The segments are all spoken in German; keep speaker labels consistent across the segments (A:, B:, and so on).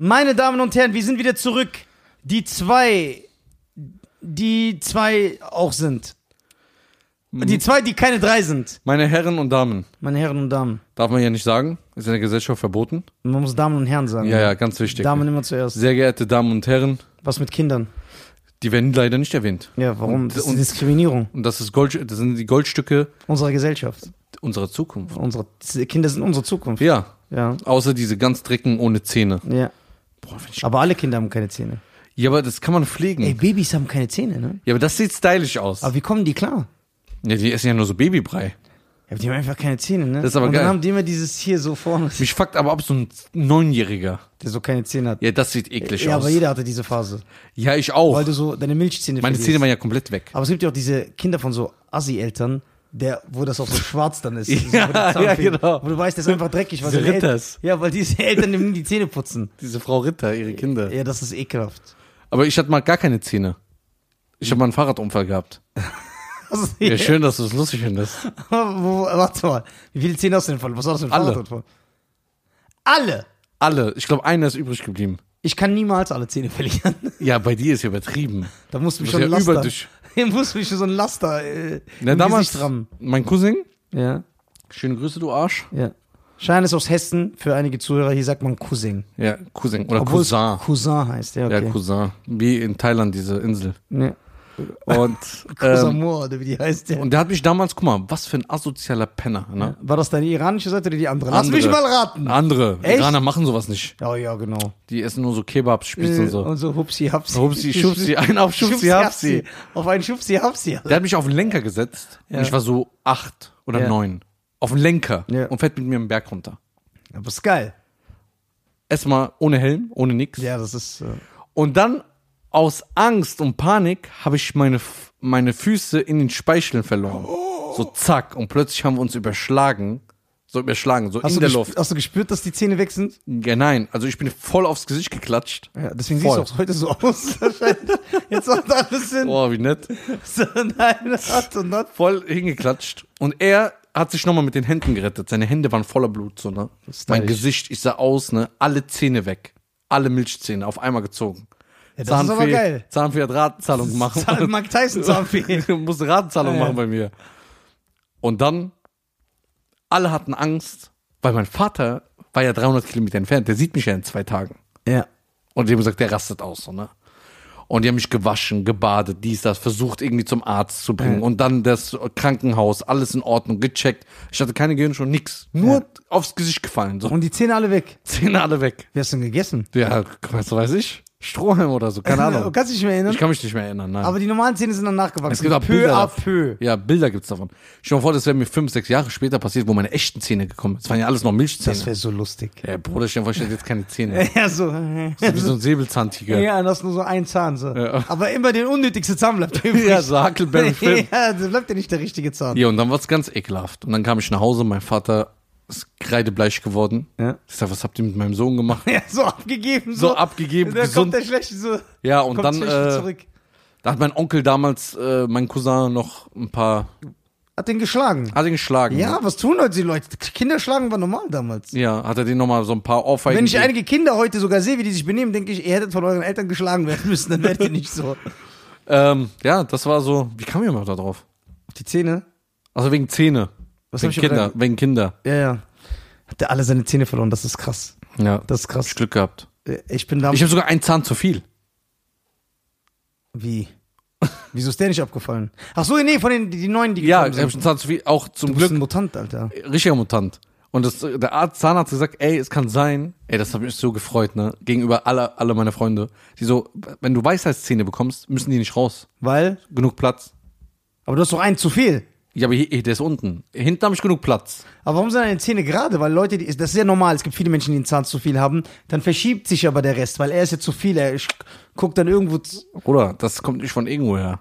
A: Meine Damen und Herren, wir sind wieder zurück. Die zwei, die zwei auch sind. Die zwei, die keine drei sind.
B: Meine Herren und Damen,
A: Meine Herren und Damen.
B: darf man ja nicht sagen, ist in der Gesellschaft verboten.
A: Man muss Damen und Herren sagen.
B: Ja, ja, ganz wichtig.
A: Damen immer zuerst.
B: Sehr geehrte Damen und Herren,
A: Was mit Kindern?
B: die werden leider nicht erwähnt.
A: Ja, warum? das ist die
B: und-
A: Diskriminierung
B: Und das, ist Gold, das sind die Goldstücke
A: unserer Gesellschaft.
B: unserer Zukunft.
A: Unsere diese Kinder sind unsere Zukunft.
B: Ja,
A: Ja.
B: außer diese ganz Drecken ohne Zähne.
A: ja.
B: Boah, wenn ich,
A: Aber alle Kinder haben keine Zähne.
B: ja, aber das kann man pflegen.
A: Ey, Babys haben keine Zähne, ne?
B: Ja, aber das sieht stylisch aus.
A: Aber wie kommen die klar?
B: Ja, die essen ja nur so Babybrei.
A: Ja, die haben einfach keine Zähne, ne?
B: Das ist aber
A: und
B: geil.
A: dann haben die immer dieses hier so vorne,
B: Mich fuckt aber ab so ein Neunjähriger.
A: der so keine Zähne hat.
B: Ja, das sieht eklig
A: Ja,
B: aus.
A: aber jeder hatte diese Phase.
B: ja, ich auch.
A: Weil du so deine Milchzähne
B: Meine
A: verlierst.
B: Zähne waren ja komplett weg.
A: Aber es gibt ja auch diese Kinder von so Assi-Eltern, der, wo das auch so schwarz dann ist. so, wo
B: Ja,
A: der Zahn
B: ja,
A: fehlt.
B: genau.
A: Wo du weißt, der ist einfach dreckig. Weil
B: Diese
A: seine El-
B: Ritters.
A: Ja, weil diese Eltern ihm die Zähne putzen.
B: Diese Frau Ritter, ihre Kinder.
A: Ja, das ist ekelhaft.
B: Aber ich hatte mal gar keine Zähne. Ich habe mal einen Fahrradunfall gehabt.
A: Also,
B: Ja, schön, dass du es lustig findest.
A: wo, warte mal. Wie viele Zähne hast du denn voll? Was hast du denn
B: Alle.
A: Fahrrad voll? Alle!
B: Alle. Ich glaube, einer ist übrig geblieben.
A: Ich kann niemals alle Zähne verlieren.
B: Ja, bei dir ist ja übertrieben.
A: Da musst du mich
B: Du
A: schon ein
B: bist
A: Laster.
B: ja überdisch.
A: Da musst du mich schon so ein Laster äh,
B: Na,
A: im
B: damals,
A: Gesicht rammen.
B: mein Cousin,
A: Ja,
B: schöne Grüße, du Arsch.
A: ja. Schein ist aus Hessen. Für einige Zuhörer hier sagt man Cousin.
B: Ja, Cousin oder
A: Obwohl
B: Cousin.
A: es Cousin heißt, ja, okay.
B: Ja, Cousin. Wie in Thailand, diese Insel.
A: Ja.
B: Und, ähm,
A: Kusamur, oder wie die heißt, ja.
B: und der hat mich damals, guck mal, was für ein asozialer Penner. Ne?
A: War das deine iranische Seite oder die andere? Lass
B: Andere.
A: mich mal raten.
B: Andere.
A: Echt?
B: Iraner machen sowas nicht.
A: Ja, ja, genau. Äh,
B: Die essen nur so Kebabs, Spieß und so.
A: Und so hupsi hapsi.
B: Hupsi, schubsi, ein auf Schubsi, hapsi.
A: Auf einen Schubsi hapsi.
B: Der hat mich auf den Lenker gesetzt
A: Ja.
B: und ich war so acht oder
A: Ja.
B: neun. Auf den Lenker
A: Ja.
B: und fährt mit mir einen Berg runter.
A: Aber ist geil.
B: Erstmal ohne Helm, ohne nix.
A: Ja, das ist. Äh,
B: Und dann aus Angst und Panik habe ich meine, F- meine Füße in den Speicheln verloren.
A: Oh.
B: So zack. Und plötzlich haben wir uns überschlagen. So überschlagen, so
A: hast,
B: in
A: du
B: der
A: gesp-
B: Luft.
A: hast du gespürt, dass die Zähne weg sind?
B: Ja, nein. Also ich bin voll aufs Gesicht geklatscht.
A: Ja, deswegen
B: Voll. Oh.
A: siehst du auch heute so aus. wahrscheinlich. Jetzt macht alles Sinn.
B: Boah, wie nett.
A: So, nein, hat und hat.
B: Voll hingeklatscht. Und er hat sich nochmal mit den Händen gerettet. Seine Hände waren voller Blut, so, ne?
A: Stylisch.
B: Mein Gesicht, ich sah aus, ne? Alle Zähne weg. Alle Milchzähne auf einmal gezogen.
A: Ja, das ist aber geil.
B: Zahnfee hat Ratenzahlung gemacht.
A: Zahn- Mike Tyson Zahnfee.
B: musste Ratenzahlung
A: Ja, ja.
B: machen bei mir. Und dann, alle hatten Angst, weil mein Vater war ja 300 Kilometer entfernt. Der sieht mich ja in zwei Tagen.
A: Ja.
B: Und die haben gesagt, der rastet aus, so, ne? Und die haben mich gewaschen, gebadet, dies, das, versucht irgendwie zum Arzt zu bringen. Und dann das Krankenhaus, alles in Ordnung, gecheckt. Ich hatte keine Gehirnschon, nix. Nur aufs Gesicht gefallen. So,
A: Und die Zähne alle weg.
B: Zähne alle weg.
A: Wie hast du denn gegessen?
B: Ja, was weiß ich? Strohhalm oder so, keine Ahnung.
A: Kannst du dich mehr erinnern?
B: Ich kann mich nicht mehr erinnern, nein.
A: Aber die normalen Zähne sind dann nachgewachsen.
B: es gibt auch
A: peu
B: Bilder.
A: à
B: davon.
A: peu.
B: Ja, Bilder gibt's davon. Stell dir mal vor, das wäre mir fünf, sechs Jahre später passiert, wo meine echten Zähne gekommen sind. Es waren ja alles noch
A: Das
B: Milchzähne.
A: wäre so lustig.
B: Ja, Bruder, stell dir vor, ich hätte jetzt keine Zähne.
A: Ja, so. äh,
B: Wie so ein Säbelzahntiger.
A: Ja, das ist nur so ein Zahn. So.
B: Ja.
A: Aber immer der unnötigste Zahn bleibt übrig.
B: Ja, so Huckleberry Finn.
A: ja, das bleibt ja nicht der richtige Zahn.
B: Ja, und dann war es ganz ekelhaft. Und dann kam ich nach Hause, mein Vater ist kreidebleich geworden.
A: Ja.
B: Ich sag, was habt ihr mit meinem Sohn gemacht?
A: Ja, so abgegeben. So,
B: So abgegeben,
A: Da kommt
B: gesund.
A: der Schlechte so.
B: Ja, und
A: kommt
B: dann
A: schlecht
B: äh,
A: zurück.
B: da hat mein Onkel damals, äh, mein Cousin, noch ein paar,
A: Hat den geschlagen.
B: hat ihn geschlagen.
A: Ja, was tun heute die Leute? Kinder schlagen war normal damals.
B: Ja, hat er den nochmal so ein paar Ohrfeigen
A: Wenn ich
B: gegeben.
A: einige Kinder heute sogar sehe, wie die sich benehmen, denke ich, ihr hättet von euren Eltern geschlagen werden müssen, dann wärt ihr nicht so.
B: ähm, Ja, das war so, wie kam ich mal da drauf?
A: Die Zähne?
B: Also wegen Zähne.
A: Was
B: wegen
A: hab ich aber
B: Kinder,
A: da-
B: wegen Kinder.
A: Ja, ja. Hat der alle seine Zähne verloren, das ist krass.
B: Ja,
A: Das ist
B: hab
A: krass.
B: ich Glück gehabt.
A: Äh, Ich bin damals.
B: Ich habe sogar einen Zahn zu viel.
A: Wie? Wieso ist der nicht abgefallen? Ach so, nee, von den die, die neuen, die
B: Ja,
A: gekommen
B: ich habe
A: sind.
B: einen Zahn zu viel. Auch zum
A: Du bist
B: Glück
A: ein Mutant, Alter.
B: richtiger Mutant. Und das, der Arzt, Zahnarzt hat gesagt, ey, es kann sein. Ey, das hat mich so gefreut, ne? Gegenüber alle, alle meine Freunde. Die so, wenn du Weisheitszähne bekommst, müssen die nicht raus.
A: Weil?
B: Genug Platz.
A: Aber du hast doch einen zu viel.
B: Ja, aber hier, hier, der ist unten. Hinten habe ich genug Platz.
A: Aber warum sind deine Zähne gerade? Weil Leute, die, das ist ja normal, es gibt viele Menschen, die einen Zahn zu viel haben. Dann verschiebt sich aber der Rest, weil er ist ja zu viel. Er sch- guckt dann irgendwo. z-
B: Bruder, das kommt nicht von irgendwo her.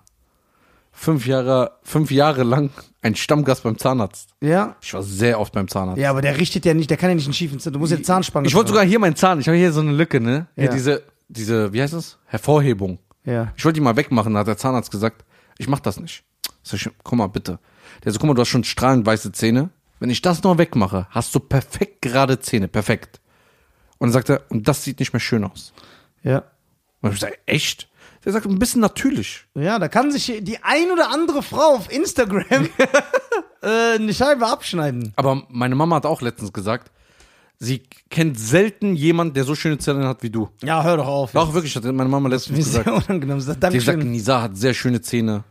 B: Fünf Jahre, fünf Jahre lang ein Stammgast beim Zahnarzt.
A: Ja?
B: Ich war sehr oft beim Zahnarzt.
A: Ja, aber der richtet ja nicht, der kann ja nicht einen schiefen Zahn. Du musst ja die Zahnspange.
B: Ich wollte sogar hier meinen Zahn, ich habe hier so eine Lücke, ne? Hier
A: Ja.
B: diese, diese, wie heißt das? Hervorhebung.
A: Ja.
B: Ich wollte die mal wegmachen, da hat der Zahnarzt gesagt, ich mach das nicht. Sag ich, guck mal, bitte. Der so, guck mal, du hast schon strahlend weiße Zähne. Wenn ich das noch wegmache, hast du perfekt gerade Zähne, perfekt. Und dann sagt er, und das sieht nicht mehr schön aus.
A: Ja.
B: Und ich sage, echt? Der sagt, ein bisschen natürlich.
A: Ja, da kann sich die ein oder andere Frau auf Instagram äh, eine Scheibe abschneiden.
B: Aber meine Mama hat auch letztens gesagt, sie kennt selten jemanden, der so schöne Zähne hat wie du.
A: Ja, hör doch auf.
B: Doch, wirklich, hat meine Mama letztens
A: Mir ist
B: gesagt.
A: sehr unangenehm. Sag,
B: Die sagt,
A: Dankeschön.
B: Nisa hat sehr schöne Zähne.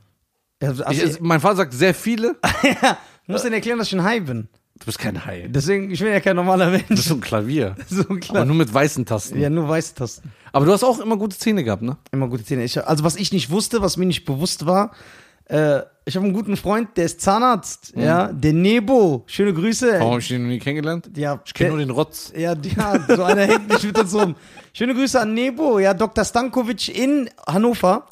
A: Also,
B: Ich, es- mein Vater sagt sehr viele.
A: ich muss denen erklären, dass ich ein Hai bin.
B: Du bist kein Hai. Du
A: Deswegen, ich bin ja kein normaler Mensch.
B: bist so ein Klavier.
A: So
B: Aber
A: klar.
B: nur mit weißen Tasten.
A: Ja, nur weiße Tasten.
B: Aber du hast auch immer gute Zähne gehabt, ne?
A: Immer gute Zähne. Ich, also, was ich nicht wusste, was mir nicht bewusst war, äh, ich habe einen guten Freund, der ist Zahnarzt,
B: Mhm.
A: ja, der Nebo. Schöne Grüße.
B: Warum habe ich den noch nie kennengelernt?
A: Ja,
B: Ich kenne
A: der-
B: nur den Rotz.
A: Ja, ja, so einer hängt nicht mit uns rum. Schöne Grüße an Nebo, ja, Dr. Stankovic in Hannover,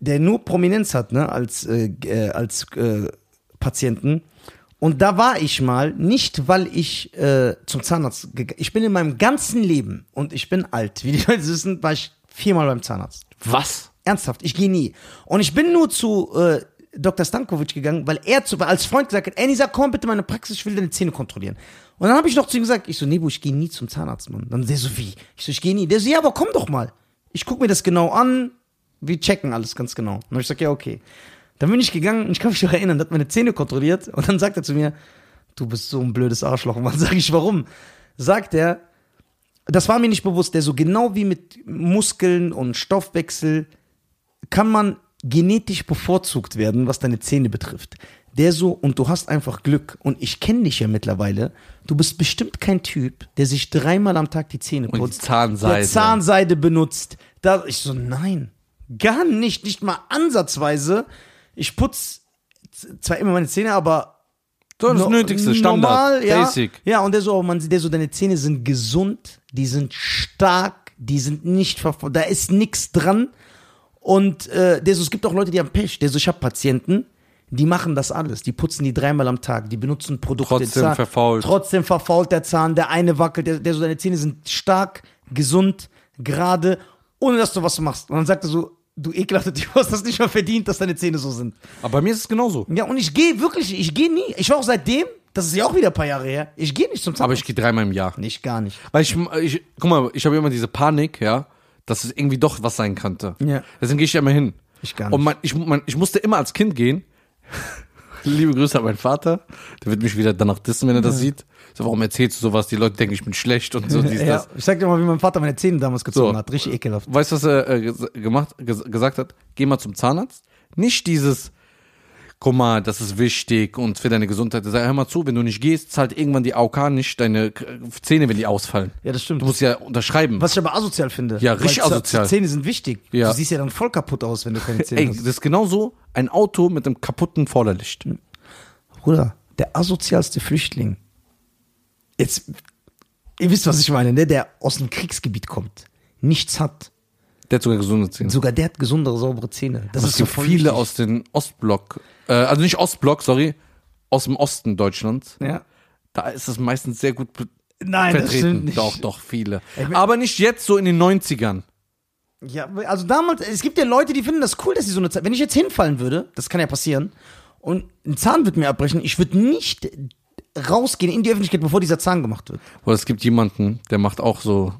A: der nur Prominenz hat, ne, als, äh, g- äh, als äh, Patienten. Und da war ich mal, nicht weil ich äh, zum Zahnarzt gegangen Ich bin in meinem ganzen Leben, und ich bin alt, wie die Leute wissen, war ich viermal beim Zahnarzt.
B: Was?
A: Ernsthaft, ich gehe nie. Und ich bin nur zu äh, Dr. Stankovic gegangen, weil er zu, weil als Freund gesagt hat, ey Nisa, komm bitte in meine Praxis, ich will deine Zähne kontrollieren. Und dann habe ich noch zu ihm gesagt, ich so, Nebo, ich gehe nie zum Zahnarzt, Mann. Dann der so, wie? Ich so, ich gehe nie. Der so, ja, aber komm doch mal. Ich guck mir das genau an, wir checken alles ganz genau. Und dann hab ich gesagt, ja, okay. Dann bin ich gegangen und ich kann mich noch erinnern, der hat meine Zähne kontrolliert und dann sagt er zu mir, du bist so ein blödes Arschloch. Und dann sag ich, warum? Sagt er, das war mir nicht bewusst, der so genau wie mit Muskeln und Stoffwechsel kann man genetisch bevorzugt werden, was deine Zähne betrifft. Der so, und du hast einfach Glück. Und ich kenne dich ja mittlerweile. Du bist bestimmt kein Typ, der sich dreimal am Tag die Zähne
B: Und
A: putzt.
B: die Zahnseide.
A: Der Zahnseide benutzt. Da, ich so, nein, gar nicht, nicht mal ansatzweise. Ich putz z- zwar immer meine Zähne, aber
B: So, das
A: No-
B: Nötigste, Standard,
A: normal, ja.
B: Basic.
A: Ja, und der so, man sieht, der so, deine Zähne sind gesund, die sind stark, die sind nicht verfolgt, da ist nichts dran. Und äh, der so, es gibt auch Leute, die haben Pech. Der so, ich habe Patienten, die machen das alles. Die putzen die dreimal am Tag, die benutzen Produkte.
B: Trotzdem
A: Zahn-
B: verfault.
A: Trotzdem verfault der Zahn, der eine wackelt, der, der so, deine Zähne sind stark, gesund, gerade, ohne dass du was machst. Und dann sagt er so, du ekelhafter Typ, du hast das nicht mal verdient, dass deine Zähne so sind.
B: Aber bei mir ist es genauso.
A: Ja, und ich gehe wirklich, ich gehe nie. Ich war auch seitdem, das ist ja auch wieder ein paar Jahre her, ich gehe nicht zum
B: Aber
A: Zahnarzt.
B: ich gehe dreimal im Jahr.
A: nicht, gar nicht.
B: Weil ich, ich guck mal, ich habe immer diese Panik, ja, dass es irgendwie doch was sein könnte.
A: Ja.
B: Deswegen gehe ich ja immer hin.
A: Ich gar
B: Und
A: nicht.
B: mein, ich, mein, ich musste immer als Kind gehen. Liebe Grüße an meinen Vater. Der wird mich wieder danach dissen, wenn er das sieht. So, warum erzählst du sowas? Die Leute denken, ich bin schlecht und so. Dies,
A: ja,
B: das.
A: ich sag dir mal, wie mein Vater meine Zähne damals gezogen
B: So.
A: hat. Richtig ekelhaft.
B: Weißt du, was er äh, ges- gemacht, ges gesagt hat? Geh mal zum Zahnarzt. Nicht dieses, guck mal, das ist wichtig und für deine Gesundheit. Er sagt, hör mal zu, wenn du nicht gehst, zahlt irgendwann die AOK nicht deine äh, Zähne, wenn die ausfallen.
A: Ja, das stimmt.
B: Du musst ja unterschreiben.
A: Was ich aber asozial finde.
B: Ja, richtig
A: Weil Z-
B: asozial.
A: Zähne sind wichtig.
B: Ja.
A: Du siehst ja dann voll kaputt aus, wenn du keine Zähne
B: Ey,
A: hast.
B: das ist genauso ein Auto mit einem kaputten Vorderlicht.
A: Hm. Bruder, der asozialste Flüchtling. Jetzt, ihr wisst, was ich meine, ne? Der aus dem Kriegsgebiet kommt, nichts hat.
B: Der hat sogar gesunde Zähne.
A: Sogar der hat gesundere, saubere Zähne. Das
B: es
A: ist so
B: gibt
A: voll
B: viele
A: wichtig.
B: aus dem Ostblock, äh, also nicht Ostblock, sorry, aus dem Osten Deutschlands.
A: Ja.
B: Da ist es meistens sehr gut be-
A: Nein, das stimmt
B: vertreten.
A: nicht.
B: Doch, doch, viele.
A: Ey, wir-
B: Aber nicht jetzt so in den 90ern.
A: Ja, also damals, es gibt ja Leute, die finden das cool, dass sie so eine Zahn. Wenn ich jetzt hinfallen würde, das kann ja passieren, und ein Zahn wird mir abbrechen, ich würde nicht rausgehen in die Öffentlichkeit, bevor dieser Zahn gemacht wird.
B: Oder es gibt jemanden, der macht auch so,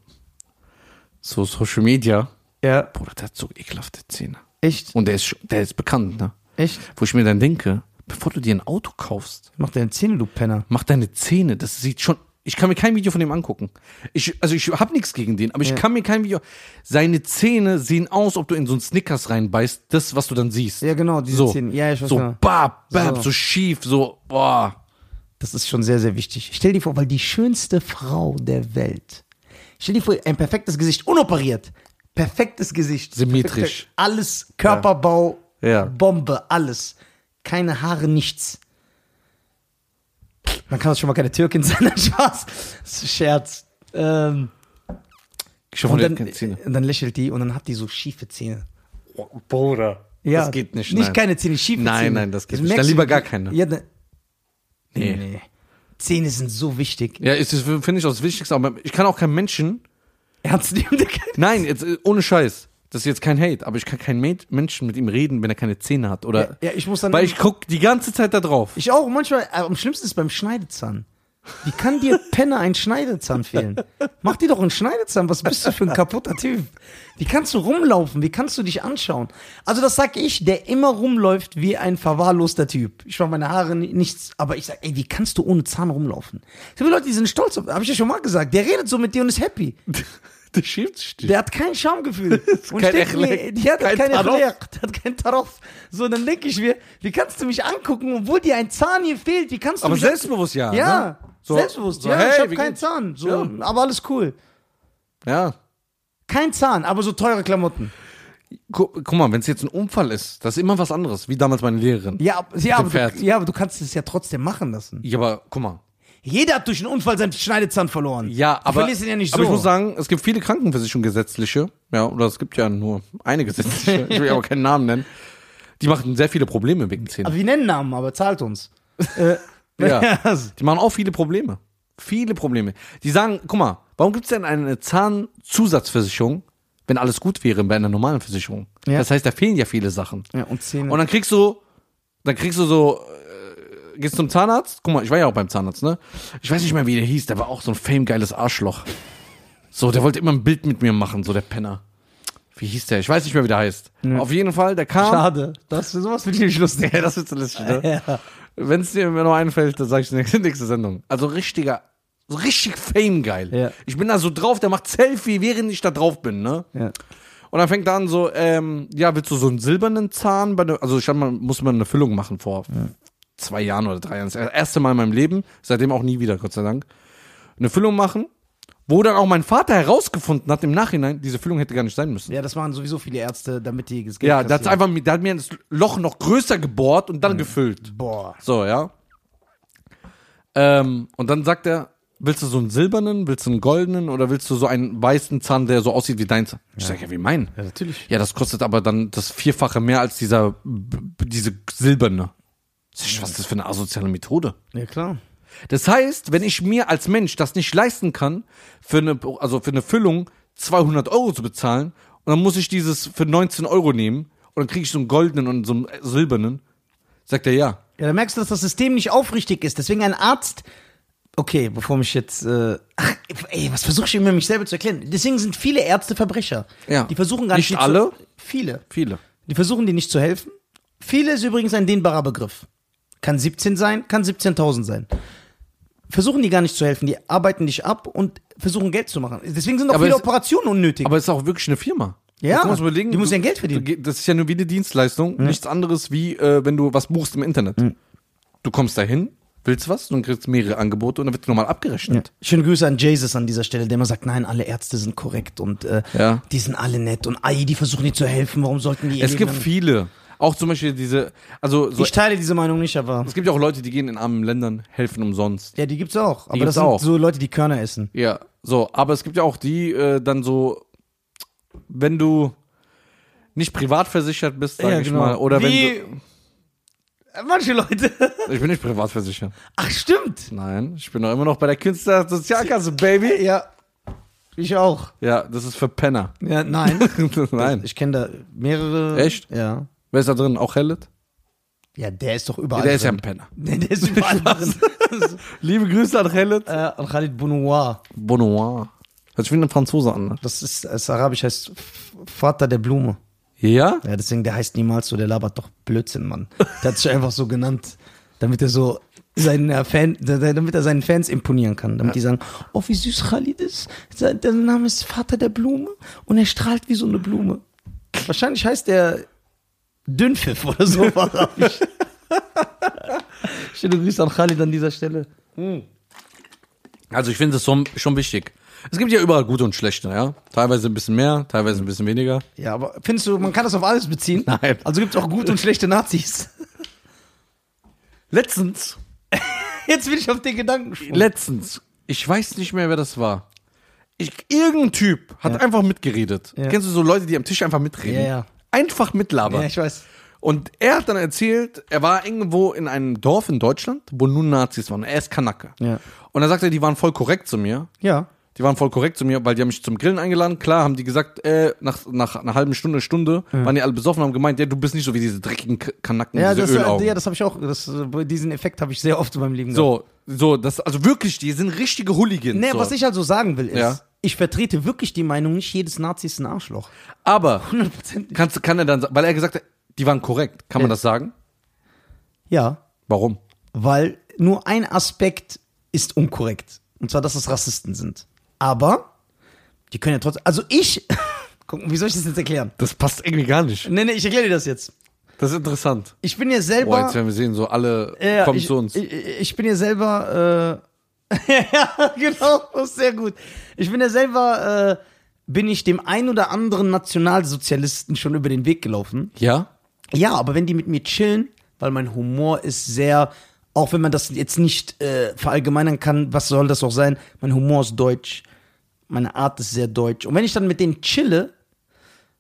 B: so Social Media.
A: Ja.
B: Bruder, der hat so ekelhafte Zähne.
A: Echt?
B: Und der ist, sch- der ist bekannt, ne?
A: Echt?
B: Wo ich mir dann denke, bevor du dir ein Auto kaufst,
A: Mach deine Zähne, du Penner.
B: mach deine Zähne, das sieht schon. Ich kann mir kein Video von dem angucken. Ich, also ich habe nichts gegen den, aber ich
A: Ja.
B: kann mir kein Video. Seine Zähne sehen aus, ob du in so einen Snickers reinbeißt, das, was du dann siehst.
A: Ja, genau, diese
B: so,
A: Zähne. Ja, ich weiß
B: so
A: genau.
B: bab, bab,
A: So.
B: so. schief, so, boah.
A: Das ist schon sehr, sehr wichtig. Stell dir vor, weil die schönste Frau der Welt. Stell dir vor, ein perfektes Gesicht, unoperiert. Perfektes Gesicht.
B: Symmetrisch.
A: Perfekte- Alles, Körperbau,
B: Ja.
A: Bombe, alles. Keine Haare, nichts. Man kann doch schon mal keine Türkin sein, Spaß. Das ist ein Scherz. Ähm,
B: Ich hoffe,
A: und,
B: der
A: dann, äh,
B: hat keine Zähne.
A: und dann lächelt die und dann hat die so schiefe Zähne.
B: Bruder.
A: Ja,
B: das geht nicht.
A: Nicht
B: nein.
A: keine Zähne, schiefe
B: Nein,
A: Zähne.
B: nein, das geht
A: Also
B: nicht.
A: merkst
B: Dann
A: du,
B: lieber
A: die-
B: gar keine.
A: Ja, dann,
B: Nee.
A: nee. Zähne sind so wichtig.
B: Ja, es ist, finde ich, auch das Wichtigste. Aber ich kann auch keinen Menschen.
A: Ernst nehmen, Digga.
B: Nein, jetzt, äh, ohne Scheiß. Das ist jetzt kein Hate, aber ich kann keinen Ma- Menschen mit ihm reden, wenn er keine Zähne hat. Oder
A: Ja, ja, ich muss dann-
B: Weil ich guck die ganze Zeit da drauf.
A: äh, Ich auch, manchmal, aber am schlimmsten ist beim Schneidezahn. Wie kann dir Penner ein Schneidezahn fehlen? Mach dir doch einen Schneidezahn. Was bist du für ein kaputter Typ? Wie kannst du rumlaufen? Wie kannst du dich anschauen? Also das sag ich, der immer rumläuft wie ein verwahrloster Typ. Ich mach meine Haare ni- nichts, aber ich sag, ey, wie kannst du ohne Zahn rumlaufen? Es gibt Leute, die sind stolz auf, habe ich ja schon mal gesagt. Der redet so mit dir und ist happy.
B: Der schämt sich nicht.
A: Der hat kein Schamgefühl. und
B: kein
A: steht mir,
B: Echlek,
A: die hat
B: kein
A: kein
B: Taroff.
A: Echlek, der hat kein Taroff. So, dann denke ich mir, wie kannst du mich angucken, obwohl dir ein Zahn hier fehlt? Wie kannst du
B: Aber
A: mich
B: selbstbewusst ja.
A: ja,
B: Ne?
A: selbstbewusst.
B: so,
A: ja,
B: hey,
A: ich habe
B: wie
A: keinen
B: geht's?
A: Zahn. So,
B: Ja.
A: Aber alles cool.
B: Ja.
A: Kein Zahn, aber so teure Klamotten.
B: Gu guck mal, wenn es jetzt ein Unfall ist, das ist immer was anderes, wie damals meine Lehrerin.
A: Ja, ab- ja,
B: dem
A: aber
B: Pferd.
A: du, ja, aber du kannst es ja trotzdem machen lassen.
B: Ja, aber guck mal.
A: Jeder hat durch einen Unfall seinen Schneidezahn verloren.
B: Ja,
A: Du
B: aber,
A: verlierst ihn ja nicht so.
B: aber ich muss sagen, es gibt viele Krankenversicherungen gesetzliche, ja, oder es gibt ja nur eine gesetzliche, ich will aber keinen Namen nennen. Die machen sehr viele Probleme wegen Zähnen.
A: aber wir nennen Namen, aber zahlt uns. äh,
B: Ja. Die machen auch viele Probleme. Viele Probleme. Die sagen, guck mal, warum gibt es denn eine Zahnzusatzversicherung, wenn alles gut wäre bei einer normalen Versicherung?
A: Ja.
B: Das heißt, da fehlen ja viele Sachen.
A: ja, und Zähne.
B: Und dann kriegst du, dann kriegst du so, äh, gehst zum Zahnarzt. Guck mal, ich war ja auch beim Zahnarzt, ne? Ich weiß nicht mehr, wie der hieß. Der war auch so ein famegeiles Arschloch. So, der wollte immer ein Bild mit mir machen, so der Penner. Wie hieß der? Ich weiß nicht mehr, wie der heißt. Auf jeden Fall, der kam.
A: Schade. Das, sowas finde ich nicht lustig.
B: Ja, das wird so lustig, ne? Wenn es dir mir noch einfällt, dann sag ich nächste, nächste Sendung. Also richtiger, so richtig famegeil.
A: Ja.
B: Ich bin da so drauf, der macht Selfie, während ich da drauf bin, ne?
A: Ja.
B: Und dann fängt er an so, ähm, ja, willst du so einen silbernen Zahn? Bei der, also ich hab mal, musste mal eine Füllung machen vor zwei Jahren oder drei Jahren. Das erste Mal in meinem Leben, seitdem auch nie wieder, Gott sei Dank. Eine Füllung machen, wo dann auch mein Vater herausgefunden hat im Nachhinein, diese Füllung hätte gar nicht sein müssen.
A: ja, das machen sowieso viele Ärzte, damit die das Geld
B: Ja, der, hat's
A: kassieren.
B: einfach, der hat mir das Loch noch größer gebohrt und dann gefüllt.
A: Boah.
B: So, ja. Ähm, und dann sagt er, willst du so einen silbernen, willst du einen goldenen oder willst du so einen weißen Zahn, der so aussieht wie dein Zahn? Ich sag ja, wie mein.
A: Ja, natürlich.
B: Ja, das kostet aber dann das Vierfache mehr als dieser, b- b- diese silberne. Sag ich, Was ist das für eine asoziale Methode?
A: Ja, klar.
B: Das heißt, wenn ich mir als Mensch das nicht leisten kann, für eine, also für eine Füllung 200 Euro zu bezahlen, und dann muss ich dieses für 19 Euro nehmen, und dann kriege ich so einen goldenen und so einen äh, silbernen, sagt er ja.
A: Ja, da merkst du, dass das System nicht aufrichtig ist. Deswegen ein Arzt. Okay, bevor mich jetzt. Äh, ach, ey, was versuche ich immer, mich selber zu erklären? Deswegen sind viele Ärzte Verbrecher.
B: Ja.
A: Die versuchen gar nicht.
B: Nicht
A: dir
B: alle?
A: Zu, viele.
B: Viele.
A: Die versuchen dir nicht zu helfen. Viele ist übrigens ein dehnbarer Begriff. Kann 17 sein, kann 17.000 sein. Versuchen die gar nicht zu helfen. Die arbeiten dich ab und versuchen Geld zu machen. Deswegen sind auch
B: Aber
A: viele
B: es-
A: Operationen unnötig.
B: Aber es ist auch wirklich eine Firma.
A: Ja,
B: Du musst überlegen,
A: die muss
B: du-
A: ja Geld verdienen.
B: du ge- Das ist ja nur wie eine Dienstleistung, nichts anderes wie, äh, wenn du was buchst im Internet. Du kommst dahin, willst was, dann kriegst du mehrere Angebote und dann wird nochmal abgerechnet.
A: Schöne Grüße an Jesus an dieser Stelle, der immer sagt, nein, alle Ärzte sind korrekt und äh,
B: Ja.
A: die sind alle nett und ei, die versuchen dir zu helfen, warum sollten die ihr
B: Es
A: Leben
B: gibt
A: lang-
B: viele. Auch zum Beispiel diese, also so,
A: Genau. Ich teile diese Meinung nicht, aber
B: es gibt ja auch Leute, die gehen in armen Ländern, helfen umsonst.
A: ja, die gibt's auch. Aber das
B: gibt's
A: sind
B: auch.
A: so Leute, die Körner essen.
B: Ja, so, aber es gibt ja auch die äh, dann so, wenn du nicht privat versichert bist, sag
A: Ja,
B: ich
A: genau.
B: mal, oder
A: Wie- Äh,
B: wenn
A: Manche Leute.
B: du, ich bin nicht privat versichert.
A: Ach, stimmt.
B: Nein, ich bin doch immer noch bei der Künstlersozialkasse, Baby.
A: Ja. Ich auch.
B: Ja, das ist für Penner.
A: Ja, nein.
B: Nein.
A: Ich kenne da mehrere.
B: Echt?
A: Ja.
B: Wer ist da drin? Auch Hellet?
A: Ja, der ist doch überall.
B: der ist ja ein
A: drin.
B: Penner.
A: Der ist überall drin.
B: Liebe Grüße an Hellet.
A: äh, an Khalid Bounoir.
B: Bonoir. Hört sich wie ein Franzose an. Ne?
A: Das ist, das Arabisch heißt F- Vater der Blume.
B: Ja?
A: Ja, deswegen, der heißt niemals so, der labert doch Blödsinn, Mann. Der hat sich einfach so genannt, damit er so seinen äh, Fan, da- da- damit er seinen Fans imponieren kann, damit die sagen, oh, wie süß Khalid ist. Se- Der Name ist Vater der Blume und er strahlt wie so eine Blume. Wahrscheinlich heißt er Dünnpfiff oder so auf Arabisch. Schöne Grüße an Khalid an dieser Stelle.
B: Also ich finde das schon, schon wichtig. Es gibt ja überall gute und schlechte, ja? Teilweise ein bisschen mehr, teilweise ein bisschen weniger.
A: Ja, aber findest du, man kann das auf alles beziehen?
B: Nein.
A: Also gibt es auch gute und schlechte Nazis.
B: Letztens,
A: Jetzt bin ich auf den Gedanken gesprungen.
B: letztens, ich weiß nicht mehr, wer das war. Ich, irgendein Typ hat einfach mitgeredet.
A: Ja.
B: Kennst du so Leute, die am Tisch einfach mitreden?
A: Ja, ja.
B: Einfach mitlabern.
A: Ja, ich weiß.
B: Und er hat dann erzählt, er war irgendwo in einem Dorf in Deutschland, wo nur Nazis waren. Er ist Kanake.
A: Ja.
B: Und er sagte, die waren voll korrekt zu mir.
A: Ja.
B: Die waren voll korrekt zu mir, weil die haben mich zum Grillen eingeladen. Klar, haben die gesagt, äh, nach, nach einer halben Stunde, Stunde, waren die alle besoffen, haben gemeint, ja, du bist nicht so wie diese dreckigen K- Kanacken,
A: Ja,
B: diese
A: das,
B: Ölaugen.
A: äh, ja, das habe ich auch. Das, äh, diesen Effekt habe ich sehr oft in meinem Leben
B: so, so, das, also wirklich, die sind richtige Hooligans.
A: Nee,
B: so.
A: was ich also sagen will, ist,
B: Ja.
A: ich vertrete wirklich die Meinung, nicht jedes Nazi ist ein Arschloch.
B: Aber,
A: 100%.
B: kannst, du- kann er dann, sa- weil er gesagt hat, die waren korrekt. Kann man
A: Ja.
B: das sagen?
A: Ja,
B: Warum?
A: weil nur ein Aspekt ist unkorrekt. Und zwar, dass es Rassisten sind. Aber die können ja trotzdem. Also ich. Guck, mal, wie soll ich das jetzt erklären?
B: Das passt irgendwie gar nicht.
A: Nee, nee, ich erkläre dir das jetzt.
B: Das ist interessant.
A: Ich bin ja selber.
B: Boah, jetzt werden wir sehen, so alle
A: Ja,
B: kommen
A: ich,
B: zu uns.
A: Ich, ich bin ja selber. Äh, ja, genau, das ist sehr gut. Ich bin ja selber. Äh, bin ich dem ein oder anderen Nationalsozialisten schon über den Weg gelaufen?
B: ja?
A: Ja, aber wenn die mit mir chillen, weil mein Humor ist sehr, auch wenn man das jetzt nicht äh, verallgemeinern kann, was soll das auch sein? Mein Humor ist deutsch, meine Art ist sehr deutsch. Und wenn ich dann mit denen chille,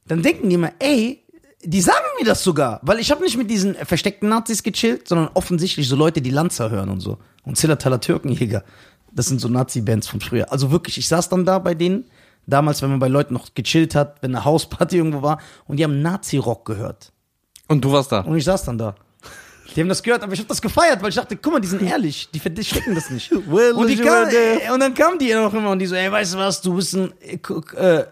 A: dann denken die immer, ey, die sagen mir das sogar, weil ich habe nicht mit diesen versteckten Nazis gechillt, sondern offensichtlich so Leute, die Lanzer hören und so. Und Zillertaler Türkenjäger. Das sind so Nazi-Bands von früher. Also wirklich, ich saß dann da bei denen, damals, wenn man bei Leuten noch gechillt hat, wenn eine Hausparty irgendwo war, und die haben Nazi-Rock gehört.
B: Und du warst da.
A: Und ich saß dann da. Die haben das gehört, aber ich habe das gefeiert, weil ich dachte, guck mal, die sind ehrlich, die verstecken das nicht.
B: Well,
A: und, die
B: you
A: kam,
B: were there.
A: und dann kamen die noch immer und die so, ey, weißt du was, du bist ein, äh, guck, äh,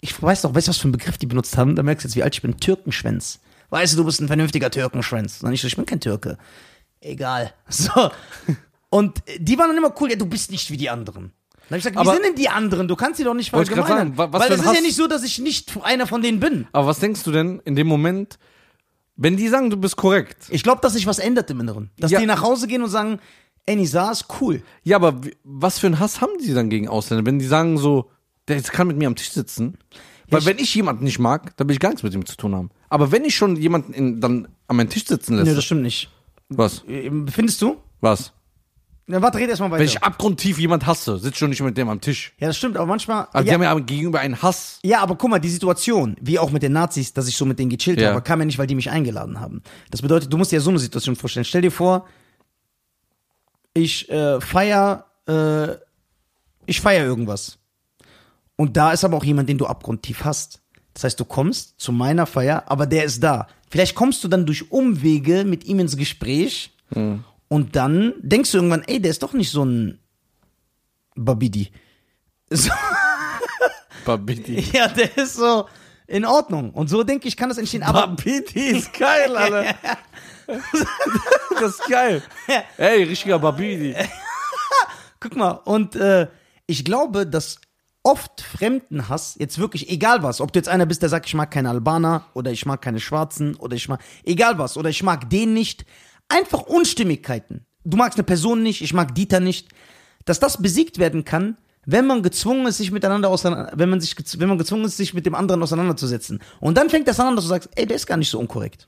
A: ich weiß doch, weißt du, was für einen Begriff die benutzt haben? Da merkst du jetzt, wie alt ich bin, Türkenschwänz. Weißt du, du bist ein vernünftiger Türkenschwänz. Und dann ich so, ich bin kein Türke. Egal. So. Und äh, die waren dann immer cool, ja, du bist nicht wie die anderen. Dann hab ich gesagt,
B: Aber-
A: wie sind denn die anderen? Du kannst sie doch nicht
B: Wollte ich grad
A: verallgemeinern.
B: sagen, wa- was
A: Weil
B: für
A: es
B: ein
A: ist ja
B: Hass-
A: nicht so, dass ich nicht einer von denen bin.
B: Aber was denkst du denn in dem Moment, wenn die sagen, du bist korrekt?
A: Ich glaube, dass sich was ändert im Inneren. Dass
B: Ja.
A: die nach Hause gehen und sagen, ey, Nisa ist cool.
B: Ja, aber wie- was für einen Hass haben die dann gegen Ausländer, wenn die sagen so, der jetzt kann mit mir am Tisch sitzen? Weil
A: ich-
B: wenn ich jemanden nicht mag, dann will ich gar nichts mit ihm zu tun haben. Aber wenn ich schon jemanden in, dann an meinen Tisch sitzen lässt,
A: Nö, das stimmt nicht.
B: was?
A: Ähm, Findest du?
B: Was?
A: Na, warte, red erstmal weiter.
B: Wenn ich abgrundtief jemand hasse, sitzt schon nicht mit dem am Tisch.
A: ja, das stimmt, aber manchmal.
B: Also
A: ja,
B: die haben ja gegenüber einen Hass.
A: ja, aber guck mal, die Situation, wie auch mit den Nazis, dass ich so mit denen gechillt
B: Ja.
A: habe, kam ja nicht, weil die mich eingeladen haben. Das bedeutet, du musst dir ja so eine Situation vorstellen. Stell dir vor, ich äh, feier, äh, ich feier irgendwas. Und da ist aber auch jemand, den du abgrundtief hast. Das heißt, du kommst zu meiner Feier, aber der ist da. Vielleicht kommst du dann durch Umwege mit ihm ins Gespräch und dann denkst du irgendwann, ey, der ist doch nicht so ein Babidi. So,
B: Babidi.
A: ja, der ist so in Ordnung. Und so denke ich, kann das entstehen. Aber
B: Babidi ist geil, Alter. das ist geil. Ey, richtiger Babidi.
A: Guck mal, und äh, ich glaube, dass oft Fremdenhass, jetzt wirklich, egal was, ob du jetzt einer bist, der sagt, ich mag keine Albaner oder ich mag keine Schwarzen oder ich mag, egal was, oder ich mag den nicht, einfach Unstimmigkeiten. Du magst eine Person nicht, ich mag Dieter nicht, dass das besiegt werden kann, wenn man gezwungen ist, sich miteinander auseinander, wenn man sich, gez- wenn man gezwungen ist, sich mit dem anderen auseinanderzusetzen. Und dann fängt das an, dass du sagst, ey, der ist gar nicht so unkorrekt.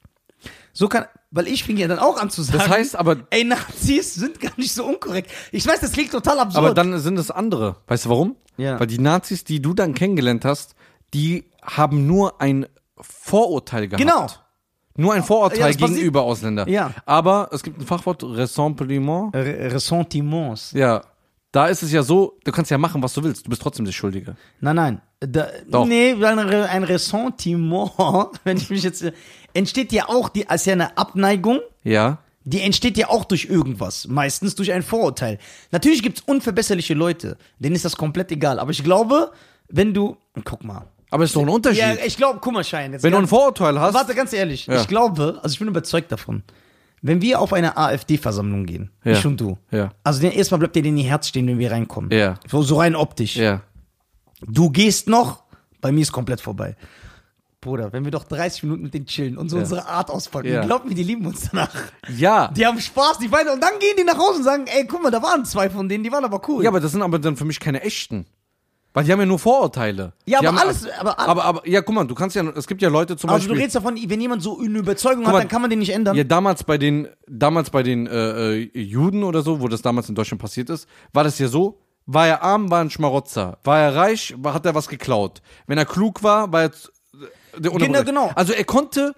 A: So kann, weil ich fing ja dann auch an zu sagen.
B: Das heißt aber,
A: Ey, Nazis sind gar nicht so unkorrekt. Ich weiß, das klingt total absurd.
B: aber dann sind es andere. Weißt du warum?
A: Ja.
B: Weil die Nazis, die du dann kennengelernt hast, die haben nur ein Vorurteil gehabt.
A: genau.
B: Nur ein
A: Ja,
B: Vorurteil
A: das passiert-
B: gegenüber Ausländer.
A: Ja.
B: Aber es gibt ein Fachwort, Ressentiment.
A: Re- Ressentiments.
B: Ja. Da ist es ja so, du kannst ja machen, was du willst. Du bist trotzdem der Schuldige.
A: Nein, nein. Da,
B: Doch.
A: Nee, weil ein Re- ein Ressentiment, wenn ich mich jetzt. Entsteht ja auch, die, als ja eine Abneigung,
B: Ja.
A: die entsteht ja auch durch irgendwas. Meistens durch ein Vorurteil. Natürlich gibt's unverbesserliche Leute, denen ist das komplett egal. Aber ich glaube, wenn du. Guck mal.
B: Aber es ist doch ein Unterschied.
A: Ja, ich glaube, guck mal, Schein. Jetzt
B: Wenn du
A: ganz-
B: ein Vorurteil hast.
A: Warte, ganz ehrlich,
B: Ja.
A: ich glaube, also ich bin überzeugt davon, wenn wir auf eine AfD-Versammlung gehen,
B: Ja.
A: ich und du,
B: Ja.
A: also den- erstmal bleibt dir in die Herz stehen, wenn wir reinkommen.
B: Ja.
A: So, so rein optisch.
B: Ja.
A: Du gehst noch, bei mir ist komplett vorbei. Bruder, wenn wir doch 30 Minuten mit denen chillen und so unsere Art auspacken,
B: Ja.
A: glaub mir, die lieben uns danach.
B: Ja.
A: Die haben Spaß, die feiern und dann gehen die nach Hause und sagen, ey, guck mal, da waren zwei von denen, die waren aber cool.
B: Ja, aber das sind aber dann für mich keine echten. Weil die haben ja nur Vorurteile.
A: Ja,
B: die
A: aber
B: haben,
A: alles- aber alles-
B: aber, aber, ja, guck mal, du kannst ja, es gibt ja Leute zum
A: also
B: Beispiel.
A: du redest davon, wenn jemand so eine Überzeugung
B: mal,
A: hat, dann kann man den nicht ändern.
B: ja, damals bei den, damals bei den äh, äh, Juden oder so, wo das damals in Deutschland passiert ist, war das ja so, war er arm, war ein Schmarotzer. War er reich, war, hat er was geklaut. Wenn er klug war, war er. z- äh, der
A: Genau,
B: Untergrund.
A: genau.
B: Also er konnte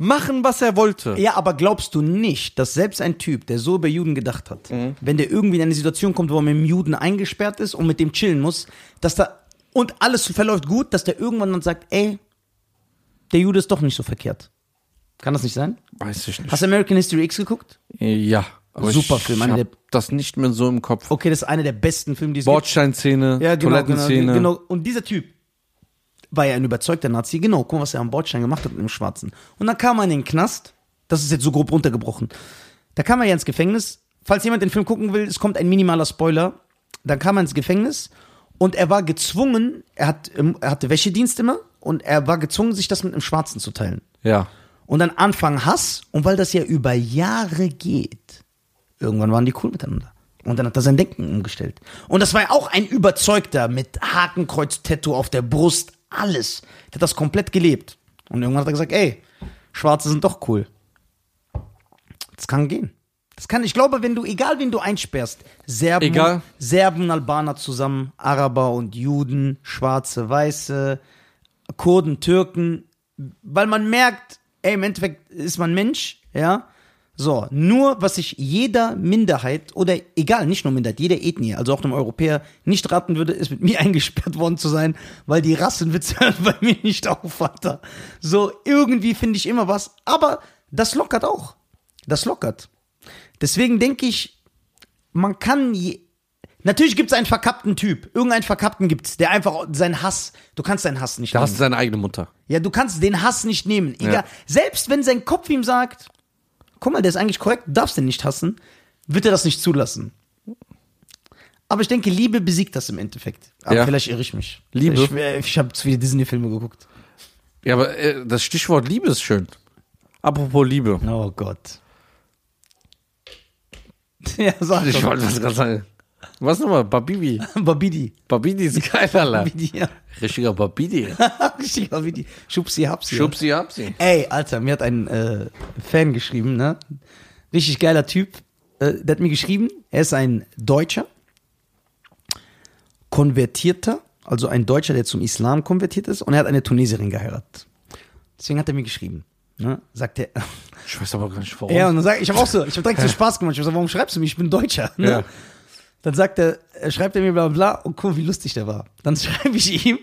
B: machen, was er wollte.
A: Ja, aber glaubst du nicht, dass selbst ein Typ, der so über Juden gedacht hat, wenn der irgendwie in eine Situation kommt, wo er mit dem Juden eingesperrt ist und mit dem chillen muss, dass da und alles verläuft gut, dass der irgendwann dann sagt, ey, der Jude ist doch nicht so verkehrt. Kann das nicht sein?
B: Weiß ich nicht.
A: Hast du American History X geguckt?
B: ja. Aber
A: Super
B: ich
A: Film,
B: Ich
A: einer
B: hab
A: der-
B: das nicht mehr so im Kopf.
A: Okay, das ist einer der besten Filme, die es gibt.
B: Bordsteinszene,
A: Ja, genau, genau,
B: Toilettenszene.
A: genau. Und dieser Typ war ja ein überzeugter Nazi. Genau, guck mal, was er am Bordstein gemacht hat mit dem Schwarzen. Und dann kam er in den Knast. Das ist jetzt so grob runtergebrochen. Da kam er ja ins Gefängnis. Falls jemand den Film gucken will, es kommt ein minimaler Spoiler. Dann kam er ins Gefängnis und er war gezwungen, er, hat, ähm, er hatte Wäschedienst immer und er war gezwungen, sich das mit einem Schwarzen zu teilen.
B: Ja.
A: Und dann Anfang Hass. Und weil das ja über Jahre geht, irgendwann waren die cool miteinander. Und dann hat er sein Denken umgestellt. Und das war ja auch ein Überzeugter mit Hakenkreuz-Tattoo auf der Brust, alles. Der hat das komplett gelebt. Und irgendwann hat er gesagt, ey, Schwarze sind doch cool. Das kann gehen. Das kann, ich glaube, wenn du, egal wen du einsperrst, Serben,
B: Egal.
A: Serben, Albaner zusammen, Araber und Juden, Schwarze, Weiße, Kurden, Türken, weil man merkt, ey, im Endeffekt ist man Mensch, ja. So, nur was ich jeder Minderheit oder egal, nicht nur Minderheit, jeder Ethnie, also auch einem Europäer, nicht raten würde, ist mit mir eingesperrt worden zu sein, weil die Rassenwitze hören bei mir nicht auf, Alter. So, irgendwie finde ich immer was, aber das lockert auch. Das lockert. Deswegen denke ich, man kann. Je Natürlich gibt es einen verkappten Typ. Irgendeinen verkappten gibt's, der einfach seinen Hass. Du kannst deinen Hass nicht
B: Da
A: nehmen.
B: hast du seine eigene Mutter.
A: Ja, du kannst den Hass nicht nehmen. Egal.
B: Ja.
A: Selbst wenn sein Kopf ihm sagt, guck mal, der ist eigentlich korrekt, du darfst den nicht hassen, wird er das nicht zulassen. Aber ich denke, Liebe besiegt das im Endeffekt. Aber
B: Ja.
A: vielleicht irre ich mich.
B: Liebe?
A: Ich, äh, ich habe zu viele Disney-Filme geguckt.
B: Ja, aber äh, das Stichwort Liebe ist schön. Apropos Liebe.
A: Oh Gott. Ja, sag
B: Ich
A: doch.
B: wollte was gerade sagen. Was nochmal? Babidi.
A: Babidi.
B: Babidi ist geil, Alter.
A: Babidi, ja.
B: Richtiger Babidi.
A: Richtig, Babidi. Schubsi, habsi.
B: Schubsi, habsi.
A: Ey, Alter, mir hat ein äh, Fan geschrieben, ne? Richtig geiler Typ. Äh, der hat mir geschrieben, er ist ein Deutscher, Konvertierter, also ein Deutscher, der zum Islam konvertiert ist, und er hat eine Tunesierin geheiratet. Deswegen hat er mir geschrieben. Ne? Sagt er.
B: Ich weiß aber gar nicht warum.
A: Ja, und dann sag ich, ich habe auch so, ich habe direkt so Spaß gemacht. Ich hab gesagt, warum schreibst du mich? Ich bin Deutscher. Ne?
B: Ja.
A: Dann sagt er, er schreibt er mir bla bla bla und guck, wie lustig der war. Dann schreibe ich ihm,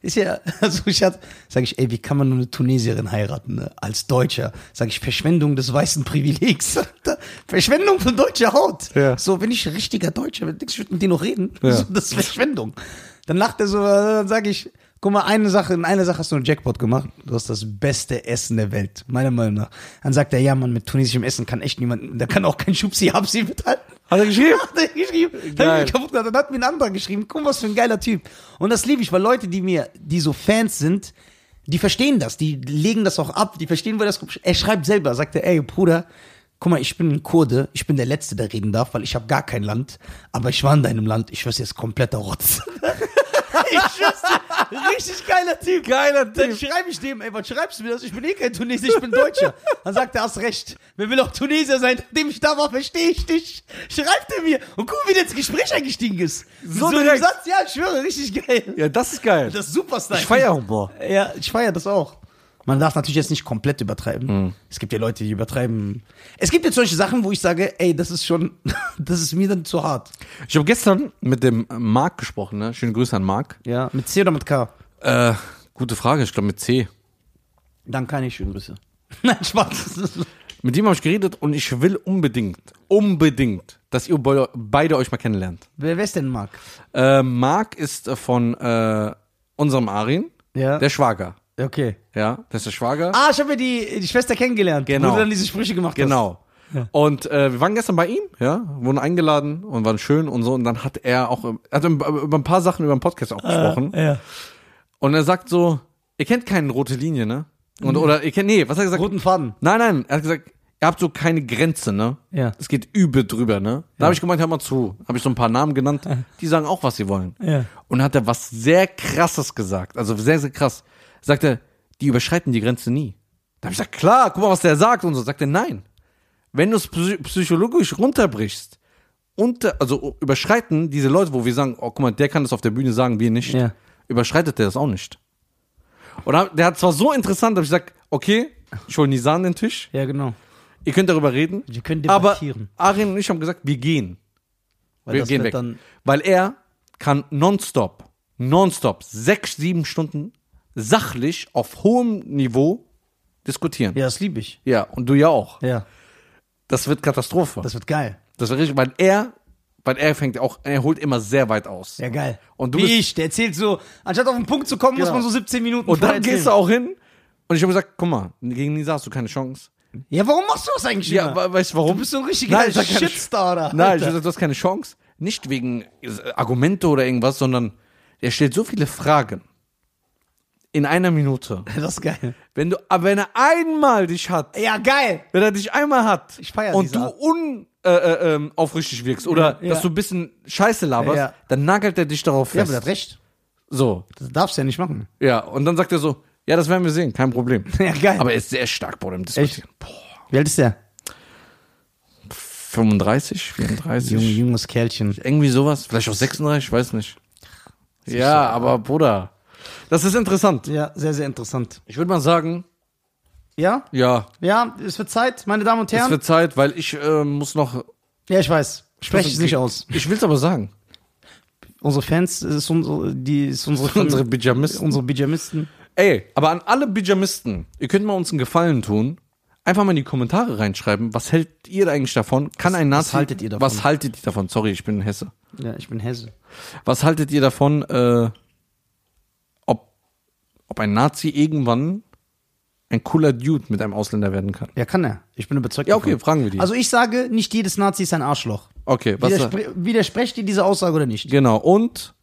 A: ist ja, also ich hat, sag ich, ey, wie kann man nur eine Tunesierin heiraten, ne? als Deutscher? Sag ich, Verschwendung des weißen Privilegs. Verschwendung von deutscher Haut.
B: Ja.
A: So, wenn ich richtiger Deutscher bin, ich würde mit denen noch reden.
B: Ja.
A: So, das ist Verschwendung. Dann lacht er so, äh, dann sag ich, guck mal, eine Sache, in einer Sache hast du einen Jackpot gemacht. Du hast das beste Essen der Welt, meiner Meinung nach. Dann sagt er, ja, man, mit tunesischem Essen kann echt niemand, da kann auch kein Schubsi-Habsi mithalten.
B: Hat er geschrieben?
A: Hat er geschrieben. Dann, hab
B: Geil.
A: ich mich kaputt gemacht. dann hat mir ein anderer geschrieben. Guck, was für ein geiler Typ. Und das liebe ich, weil Leute, die mir, die so Fans sind, die verstehen das, die legen das auch ab, die verstehen, wo das kommt. Er schreibt selber, sagt er, ey Bruder, guck mal, ich bin ein Kurde, ich bin der Letzte, der reden darf, weil ich habe gar kein Land, aber ich war in deinem Land, ich schwör's jetzt kompletter Rotz. ich schwör's dir, richtig geiler Typ.
B: Geiler
A: Dann
B: Typ.
A: schreibe ich dem, ey, was schreibst du mir das? Ich bin eh kein Tunesier, ich bin Deutscher. Dann sagt er, hast recht. Wer will auch Tunesier sein? Dem ich da war, verstehe ich dich. Schreibt er mir. Und guck, wie der ins Gespräch eingestiegen ist. So, so
B: direkt.
A: Satz, ja, ich schwöre, richtig geil.
B: Ja, das ist geil.
A: Das ist Superstar.
B: ich feier Humor.
A: Ja, ich feiere das auch. Man darf natürlich jetzt nicht komplett übertreiben. Es gibt ja Leute, die übertreiben. Es gibt jetzt solche Sachen, wo ich sage, ey, das ist schon, das ist mir dann zu hart.
B: Ich habe gestern mit dem Marc gesprochen, ne? Schöne Grüße an Marc.
A: Ja, mit C oder mit K?
B: Äh, gute Frage, ich glaube mit C.
A: Dann kann ich schöne Grüße. Nein, Spaß.
B: Mit ihm habe ich geredet und ich will unbedingt, unbedingt, dass ihr beide- beide euch mal kennenlernt.
A: Wer, wer ist denn Marc?
B: Äh, Marc ist äh, von äh, unserem Arien,
A: Ja.
B: der Schwager.
A: Okay.
B: Ja, das ist der Schwager.
A: Ah, ich habe mir die, die Schwester kennengelernt,
B: Genau.
A: wo du dann diese Sprüche gemacht hast.
B: Genau. Und äh, wir waren gestern bei ihm, ja, wurden eingeladen und waren schön und so. Und dann hat er auch, ähm, hat im- über ein paar Sachen über den Podcast auch gesprochen.
A: Ah, Ja.
B: Und er sagt so, ihr kennt keine rote Linie, ne? Und,
A: Mhm.
B: Oder ihr kennt, nee, was hat er gesagt?
A: Roten Faden.
B: Nein, nein, er hat gesagt, ihr habt so keine Grenze, ne?
A: Ja.
B: Es geht übel drüber, ne? Da habe ich gemeint, hör mal zu. Habe ich so ein paar Namen genannt, die sagen auch, was sie wollen.
A: Ja.
B: Und hat er was sehr krasses gesagt, also sehr, sehr krass. Sagt er, die überschreiten die Grenze nie. Da habe ich gesagt, klar, guck mal, was der sagt und so. Sagt er, nein. Wenn du es psy- psychologisch runterbrichst, unter, also überschreiten diese Leute, wo wir sagen, oh, guck mal, der kann das auf der Bühne sagen, wir nicht,
A: Ja.
B: überschreitet der das auch nicht. Und hab- der hat zwar so interessant, habe ich gesagt, okay, Ich hole Nisan den Tisch.
A: Ja, genau.
B: Ihr könnt darüber reden.
A: Wir können
B: Aber
A: debattieren.
B: Arjen und ich haben gesagt, wir gehen.
A: Weil
B: wir
A: das
B: gehen
A: wird
B: weg.
A: dann-
B: Weil er kann nonstop, nonstop, sechs, sieben Stunden sachlich auf hohem Niveau diskutieren. Ja,
A: Ja, das liebe ich.
B: und du ja auch.
A: Ja,
B: Das wird Katastrophe. Das,
A: das wird geil.
B: wird richtig, weil er, weil er fängt auch, er holt immer sehr weit aus.
A: Ja, geil.
B: Und du
A: Wie
B: bist-
A: ich, der erzählt so, anstatt auf den Punkt zu kommen, muss
B: Genau.
A: man so 17 Minuten
B: Und
A: vorher
B: dann gehst du
A: erzählen.
B: auch hin und ich habe gesagt, guck mal, gegen Nisa hast du keine Chance.
A: Ja, warum machst du das eigentlich
B: Ja,
A: immer?
B: we- weißt du warum?
A: Du bist so ein richtiger
B: Nein, ich sag keine-
A: Shitstarter.
B: Nein, ich
A: Alter.
B: sag, du hast keine Chance. Nicht wegen äh, Argumente oder irgendwas, sondern er stellt so viele Fragen. In einer Minute.
A: das ist geil.
B: Wenn du, aber wenn er einmal dich hat,
A: Ja, geil.
B: wenn er dich einmal hat
A: Ich feier
B: und
A: diese
B: du
A: Art.
B: un, äh, äh, ähm, aufrichtig wirkst oder
A: Ja, ja.
B: dass du ein bisschen Scheiße laberst,
A: Ja.
B: dann nagelt er dich darauf
A: Ja,
B: fest.
A: aber der hat recht.
B: so,
A: Das darfst du ja nicht machen.
B: ja. Und dann sagt er so, ja, das werden wir sehen, kein Problem.
A: Ja, geil.
B: Aber er ist sehr stark, Bruder, im Diskutieren.
A: Wie alt ist der?
B: 35, 34.
A: Junge, junges Kerlchen.
B: Irgendwie sowas. Vielleicht auch 36, ich weiß nicht. Ja, aber Bruder. Das ist interessant.
A: Ja, sehr, sehr interessant.
B: Ich würde mal sagen,
A: Ja?
B: ja,
A: Ja, es wird Zeit, meine Damen und
B: es
A: Herren.
B: wird Zeit, weil ich äh, muss noch.
A: ja, ich weiß. Spreche es nicht aus.
B: Ich will es aber sagen.
A: Unsere Fans es ist unsere, die ist unsere,
B: Unsere Pyjamisten.
A: unsere Pyjamisten.
B: Ey, aber an alle Pyjamisten, ihr könnt mal uns einen Gefallen tun. Einfach mal in die Kommentare reinschreiben, was hält ihr eigentlich davon? Kann ein
A: was
B: Nazi.
A: haltet ihr davon?
B: Was haltet ihr davon? Sorry, ich bin Hesse.
A: Ja, ich bin Hesse.
B: Was haltet ihr davon, äh, ob, ob ein Nazi irgendwann ein cooler Dude mit einem Ausländer werden kann?
A: Ja, kann er. Ich bin überzeugt.
B: Ja, okay,
A: davon.
B: fragen wir die.
A: Also ich sage, nicht jedes Nazi ist ein Arschloch.
B: Okay, was
A: Widerspre widersprecht ihr diese Aussage oder nicht?
B: Genau, und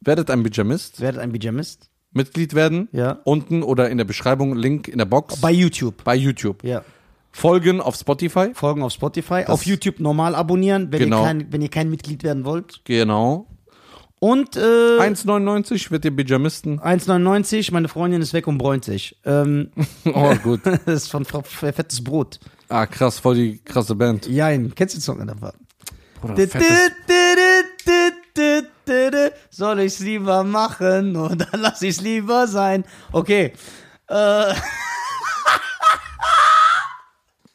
B: werdet ein Pyjamist,
A: Werdet ein Pyjamist.
B: Mitglied werden,
A: Ja.
B: unten oder in der Beschreibung, Link in der Box, bei,
A: Bei YouTube.
B: YouTube.
A: Ja.
B: Folgen auf Spotify,
A: Folgen auf Spotify. auf YouTube normal abonnieren, wenn,
B: Genau.
A: ihr, kein, wenn ihr kein Mitglied werden wollt.
B: genau.
A: Und äh,
B: 1,99 wird ihr Pyjamisten.
A: 1,99, meine Freundin ist weg und bräunt sich. Ähm,
B: Oh, gut.
A: das ist von Frau F- Fettes Brot.
B: Ah, krass, voll die krasse Band.
A: Jein, kennst du den Song einfach?
B: Bruder,
A: Du, du,
B: fettes-
A: du, du, du, du, du. Soll ich's lieber machen oder lass ich's lieber sein? Okay. Äh,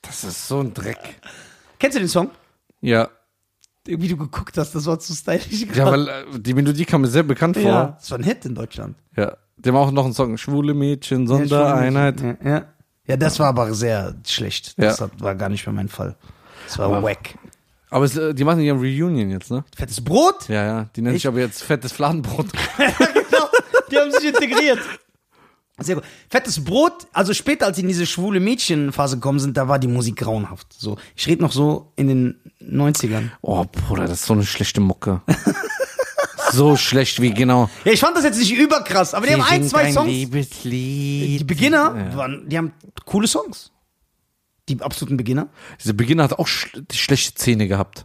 B: Das ist so ein Dreck.
A: kennst du den Song?
B: Ja.
A: Wie du geguckt hast, das war zu stylisch.
B: Ja,
A: gerade.
B: weil äh, die Melodie kam mir sehr bekannt vor.
A: ja.
B: Ja.
A: Das war ein Hit in Deutschland.
B: Die haben auch noch einen Song, Schwule Mädchen, Sondereinheit.
A: Ja, ja. ja, das war aber sehr schlecht.
B: Ja.
A: Das war gar nicht mehr mein Fall. Das war wack.
B: Aber es, äh, die machen ja Reunion jetzt, ne?
A: Fettes Brot?
B: Ja, ja. Die nennen sich aber jetzt fettes Fladenbrot.
A: Genau, die haben sich integriert. Sehr gut. Fettes Brot, also später, als sie in diese schwule Mädchenphase gekommen sind, da war die Musik grauenhaft. So, ich rede noch so in den 90ern.
B: Oh, Bruder, das ist so eine schlechte Mucke. so schlecht wie genau.
A: Ja, ich fand das jetzt nicht überkrass, aber die haben ein, zwei Songs.
B: Liebeslied.
A: Die Beginner waren, die haben coole Songs. Die absoluten Beginner.
B: Dieser Beginner hat auch schl die schlechte Zähne gehabt.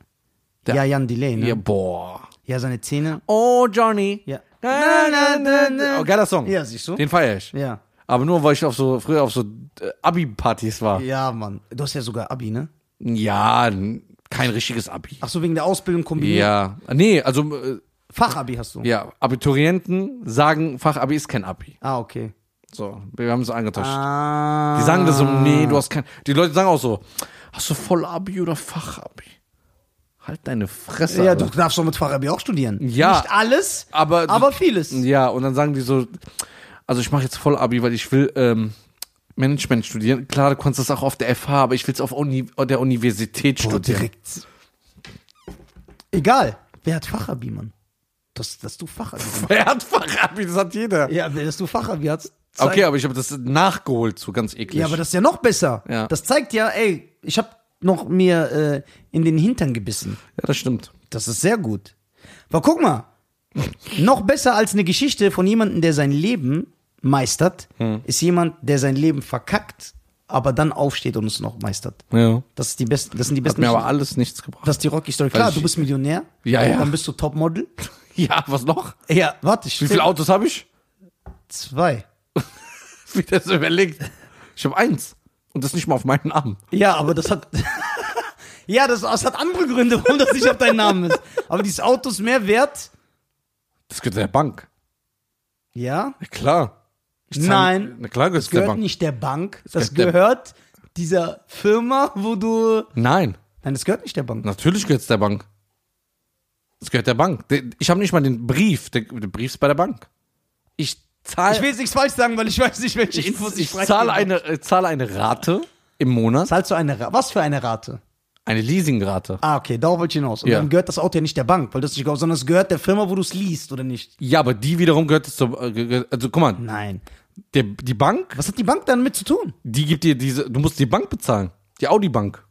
B: Ja.
A: Ja, Jan Delay, ne?
B: Ja,
A: Ja,
B: boah.
A: seine Zähne.
B: Oh, Johnny.
A: Ja.
B: Na, na, na, na. Oh, geiler Song.
A: Ja, siehst du?
B: Den feier ich.
A: Ja.
B: Aber nur, weil ich auf so, früher auf so äh, Abi-Partys war.
A: Ja, Mann. Du hast ja sogar Abi, ne?
B: Ja, n- kein richtiges Abi.
A: Ach so, wegen der Ausbildung kombiniert.
B: Ja. Nee, also, äh,
A: Fachabi hast du.
B: ja, Abiturienten sagen, Fachabi ist kein Abi.
A: Ah, okay.
B: So, wir haben es angetauscht.
A: Ah.
B: Die sagen das so, nee, du hast kein. Die Leute sagen auch so, hast du Vollabi oder Fachabi? Halt deine Fresse.
A: Ja, du
B: Alter.
A: darfst doch mit Fachabi auch studieren.
B: Ja.
A: Nicht alles,
B: Aber-
A: aber vieles.
B: Ja, und dann sagen die so, also ich mache jetzt Vollabi, weil ich will ähm, Management studieren. Klar, du kannst das auch auf der FH, aber ich will es auf Uni, der Universität
A: Boah,
B: studieren.
A: direkt. Egal. Wer hat Fachabi, Mann? Dass, dass du Fachabi hast.
B: Wer hat Fachabi? Das hat jeder.
A: Ja, dass du Fachabi hast. zeigt-
B: okay, aber ich habe das nachgeholt, so ganz eklig.
A: Ja, aber das ist ja noch besser.
B: Ja.
A: Das zeigt ja, ey, ich habe noch mir äh, in den Hintern gebissen.
B: ja, das stimmt.
A: Das ist sehr gut. Aber guck mal, noch besser als eine Geschichte von jemandem, der sein Leben meistert,
B: Hm.
A: ist jemand, der sein Leben verkackt, aber dann aufsteht und es noch meistert.
B: Ja.
A: Das, ist die besten, das sind die
B: Hat
A: besten
B: mir aber alles nichts gebracht.
A: Das ist die Rocky-Story. Klar,
B: ich-
A: du bist Millionär.
B: Ja, ja.
A: Dann bist du Topmodel.
B: Ja, was noch?
A: Ja, warte, ich
B: Wie viele Autos habe ich?
A: Zwei.
B: Wie das überlegt. Ich habe eins. Und das nicht mal auf meinen Arm.
A: Ja, aber das hat. ja, das, das hat andere Gründe, warum das nicht auf deinen Namen ist. Aber dieses Auto ist mehr wert.
B: Das gehört der Bank.
A: Ja,
B: Ja, klar. Ich zahle-
A: Nein.
B: Na klar,
A: das
B: gehört
A: gehört
B: der Bank.
A: nicht der Bank. Das
B: gehört der-
A: gehört dieser Firma, wo du.
B: Nein,
A: Nein, das gehört nicht der Bank.
B: natürlich gehört es der Bank. Es gehört der Bank. Der- Ich habe nicht mal den Brief. Der, der Brief ist bei der Bank. Ich zahle.
A: Ich will jetzt nichts falsch sagen, weil ich weiß nicht, welche
B: ich,
A: Infos
B: ich
A: ich,
B: zahle eine, äh, zahle eine Rate im Monat,
A: Zahlst du eine Ra- Was für eine Rate?
B: eine Leasingrate.
A: Ah, okay, darauf wollte ich hinaus. Und
B: Ja.
A: dann gehört das Auto ja nicht der Bank, weil das nicht, sondern es gehört der Firma, wo du es liest, oder nicht?
B: Ja, aber die wiederum gehört es zur. äh, ge- ge- Also guck mal,
A: Nein.
B: der, die Bank,
A: Was hat die Bank dann mit zu tun?
B: die gibt dir diese. Du musst die Bank bezahlen. Die Audi-Bank.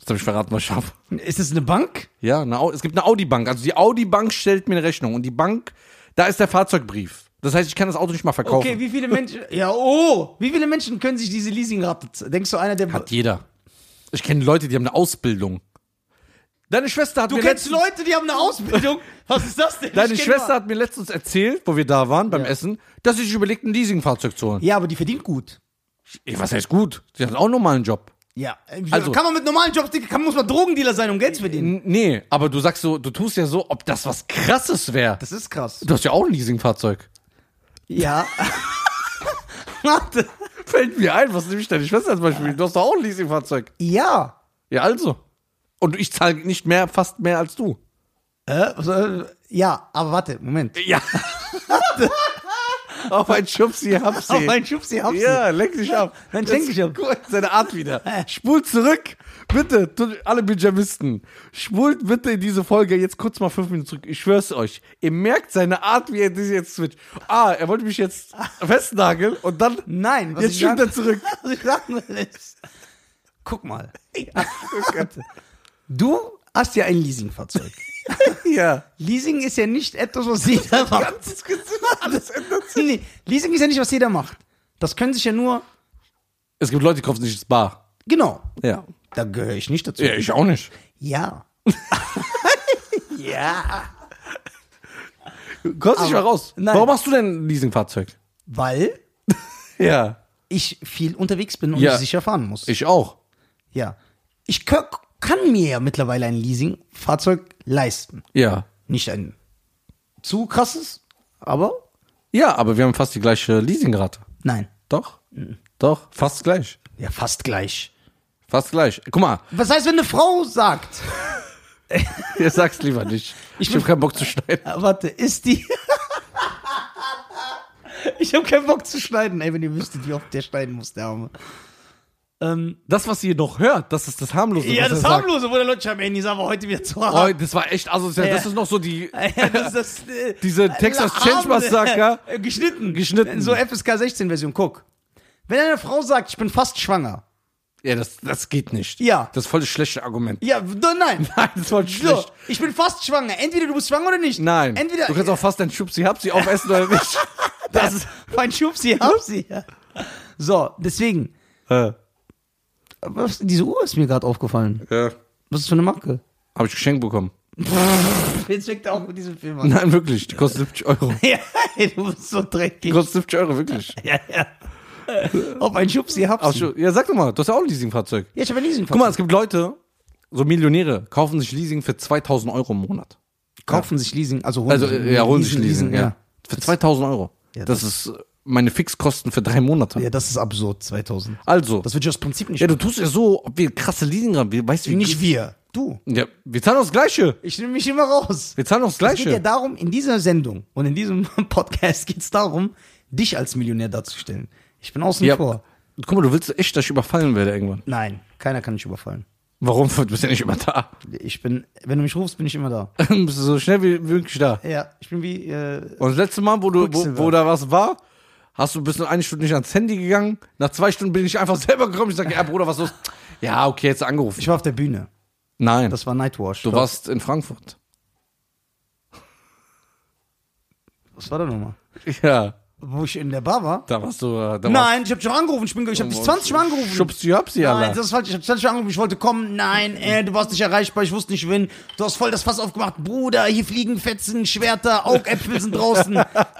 B: Das habe ich verraten, was ich hab.
A: Ist es eine Bank?
B: Ja, eine, Au- es gibt eine Audi-Bank. Also die Audi-Bank stellt mir eine Rechnung und die Bank, da ist der Fahrzeugbrief. Das heißt, ich kann das Auto nicht mal verkaufen.
A: Okay, wie viele Menschen. Ja, oh! Wie viele Menschen können sich diese Leasingrate. z- Denkst du, einer der.
B: Hat jeder. Ich kenne Leute, die haben eine Ausbildung. Deine Schwester hat
A: du
B: mir
A: kennst
B: letztens-
A: Leute, die haben eine Ausbildung? genau. Was ist das denn?
B: Deine
A: Ich kenn
B: Schwester
A: mal-
B: hat mir letztens erzählt, wo wir da waren beim Essen, dass sie sich überlegt, ein Leasingfahrzeug zu holen.
A: Ja, aber die verdient gut.
B: Ey, was heißt gut? Sie hat auch einen normalen Job.
A: Ja. Also.
B: Also-
A: Kann man mit normalen Jobs. Kann, muss man Drogendealer sein, um Geld zu verdienen?
B: N nee, aber du sagst so, du tust ja so, ob das was krasses wäre.
A: Das ist krass.
B: Du hast ja auch ein Leasingfahrzeug.
A: Ja. Warte.
B: Fällt mir ein, was nehme ich deine Schwester als Beispiel? Du hast doch auch ein Leasingfahrzeug.
A: Ja.
B: Ja, also. Und ich zahle nicht mehr, fast mehr als du.
A: Äh, was, äh, ja, aber warte, Moment.
B: Ja. Auf ein Schubsi Hapsi.
A: Auf meinen Schubsi hab sie.
B: Ja, lenk dich ab.
A: Dann
B: Das-
A: schenk ich ab.
B: Guck, Seine Art wieder. Spult zurück. Bitte, tut- alle Pyjamisten. Spult bitte in diese Folge jetzt kurz mal fünf Minuten zurück. Ich schwör's euch. Ihr merkt seine Art, wie er das jetzt switcht. Ah, er wollte mich jetzt festnageln und dann.
A: Nein, was
B: Jetzt
A: ich
B: schwimmt
A: sagen,
B: er zurück.
A: was ich sagen will ist, guck mal. Oh Du hast ja ein Leasingfahrzeug.
B: Ja.
A: Leasing ist ja nicht etwas, was jeder macht. nee, Leasing ist ja nicht, was jeder macht. Das können sich ja nur,
B: Es gibt Leute, die kaufen sich das Bar.
A: genau,
B: Ja.
A: da gehöre ich nicht dazu.
B: Ja, ich auch nicht.
A: Ja. ja.
B: Kommst dich mal
A: Aber-
B: raus.
A: Nein.
B: Warum hast du denn ein Leasingfahrzeug?
A: Weil
B: Ja.
A: ich viel unterwegs bin und
B: Ja.
A: sicher fahren muss.
B: Ich auch.
A: Ja. Ich kö- kann mir ja mittlerweile ein Leasingfahrzeug leisten.
B: Ja.
A: Nicht ein zu krasses, aber
B: Ja, aber wir haben fast die gleiche Leasingrate.
A: nein.
B: Doch. Doch. Mhm. Fast gleich.
A: Ja, fast gleich.
B: Fast gleich. Guck mal,
A: Was heißt, wenn eine Frau sagt,
B: ihr sag's lieber nicht. Ich hab keinen Bock zu schneiden.
A: Ah, warte, ist die. ich habe keinen Bock zu schneiden, ey, wenn ihr wüsstet, wie oft der schneiden muss, der Arme. Ähm,
B: Das, was ihr noch hört, das ist das harmlose.
A: ja,
B: was
A: das
B: er sagt.
A: harmlose, wo der Leute am Handy ist, aber heute wieder zu
B: Oh,
A: hart.
B: das war echt asozial. Das
A: Ja.
B: ist noch so die
A: Ja, das, das, äh,
B: Diese Texas Chainsaw Massacre.
A: Äh, Geschnitten.
B: geschnitten.
A: So FSK 16 Version, guck. Wenn eine Frau sagt, ich bin fast schwanger.
B: ja, das, das geht nicht.
A: Ja.
B: Das ist voll das schlechte Argument.
A: Ja, w- nein.
B: Nein, das war
A: So,
B: schlecht.
A: ich bin fast schwanger. Entweder du bist schwanger oder nicht.
B: Nein.
A: Entweder
B: du kannst auch fast dein Schubsi Hapsi aufessen oder nicht.
A: das ist mein Schubsi, hab sie. So, deswegen.
B: Äh,
A: Was, diese Uhr ist mir gerade aufgefallen.
B: ja.
A: Was ist für eine Marke?
B: Habe ich geschenkt bekommen.
A: Jetzt fängt er auch mit diesem Film an.
B: Nein, wirklich. Die kostet 70 Euro.
A: ja, ey, du bist so dreckig.
B: Die kostet 70 Euro, wirklich.
A: Ja, ja. Ob ein Schubsi, hab
B: Ach,
A: sie.
B: schon. ja, sag doch mal, du hast ja auch ein Leasingfahrzeug.
A: Ja, ich habe ein Leasing.
B: Guck mal, es gibt Leute, so Millionäre, kaufen sich Leasing für 2000 Euro im Monat.
A: Kaufen sich Leasing, also holen
B: Also, äh, ja, holen sich Leasing, ja.
A: ja.
B: Für 2000 Euro.
A: Ja,
B: das, ist äh, meine Fixkosten für drei Monate.
A: Ja, das ist absurd, 2000.
B: Also,
A: Das wird ja das Prinzip nicht.
B: ja, du tust ja so, ob wir krasse Leasing haben. Wir, weißt du, wie
A: nicht wir. Du.
B: Ja, wir zahlen auch das Gleiche.
A: Ich nehme mich immer raus.
B: Wir zahlen auch das
A: Es geht
B: Gleiche.
A: ja darum, in dieser Sendung und in diesem Podcast geht es darum, dich als Millionär darzustellen. Ich bin außen
B: Ja.
A: vor.
B: Guck mal, du willst echt, dass ich überfallen werde irgendwann.
A: Nein, keiner kann dich überfallen.
B: Warum? Du bist ja nicht immer da.
A: Ich bin, wenn du mich rufst, bin ich immer da.
B: Du bist so schnell wie wirklich da.
A: Ja, ich bin wie, äh,
B: Und das letzte Mal, wo, du, wo,
A: Quicksilver.
B: wo da was war, hast du bis in eine Stunde nicht ans Handy gegangen. Nach zwei Stunden bin ich einfach selber gekommen. Ich sage, ja, Bruder, was ist los? Ja, okay, jetzt angerufen.
A: ich war auf der Bühne.
B: Nein,
A: Das war Nightwash.
B: du warst in Frankfurt.
A: Was war da nochmal?
B: Ja.
A: Wo ich in der Bar war?
B: Da warst du, äh, da
A: Nein, ich hab dich schon angerufen. Ich, bin, ich hab dich 20 Mal angerufen.
B: Schubst du Hapsi,
A: Nein,
B: Alter.
A: das ist falsch. Ich hab 20 Mal angerufen, ich wollte kommen. Nein, äh, du warst nicht erreichbar, ich wusste nicht wen. Du hast voll das Fass aufgemacht. Bruder, hier fliegen Fetzen, Schwerter, Augäpfel sind draußen.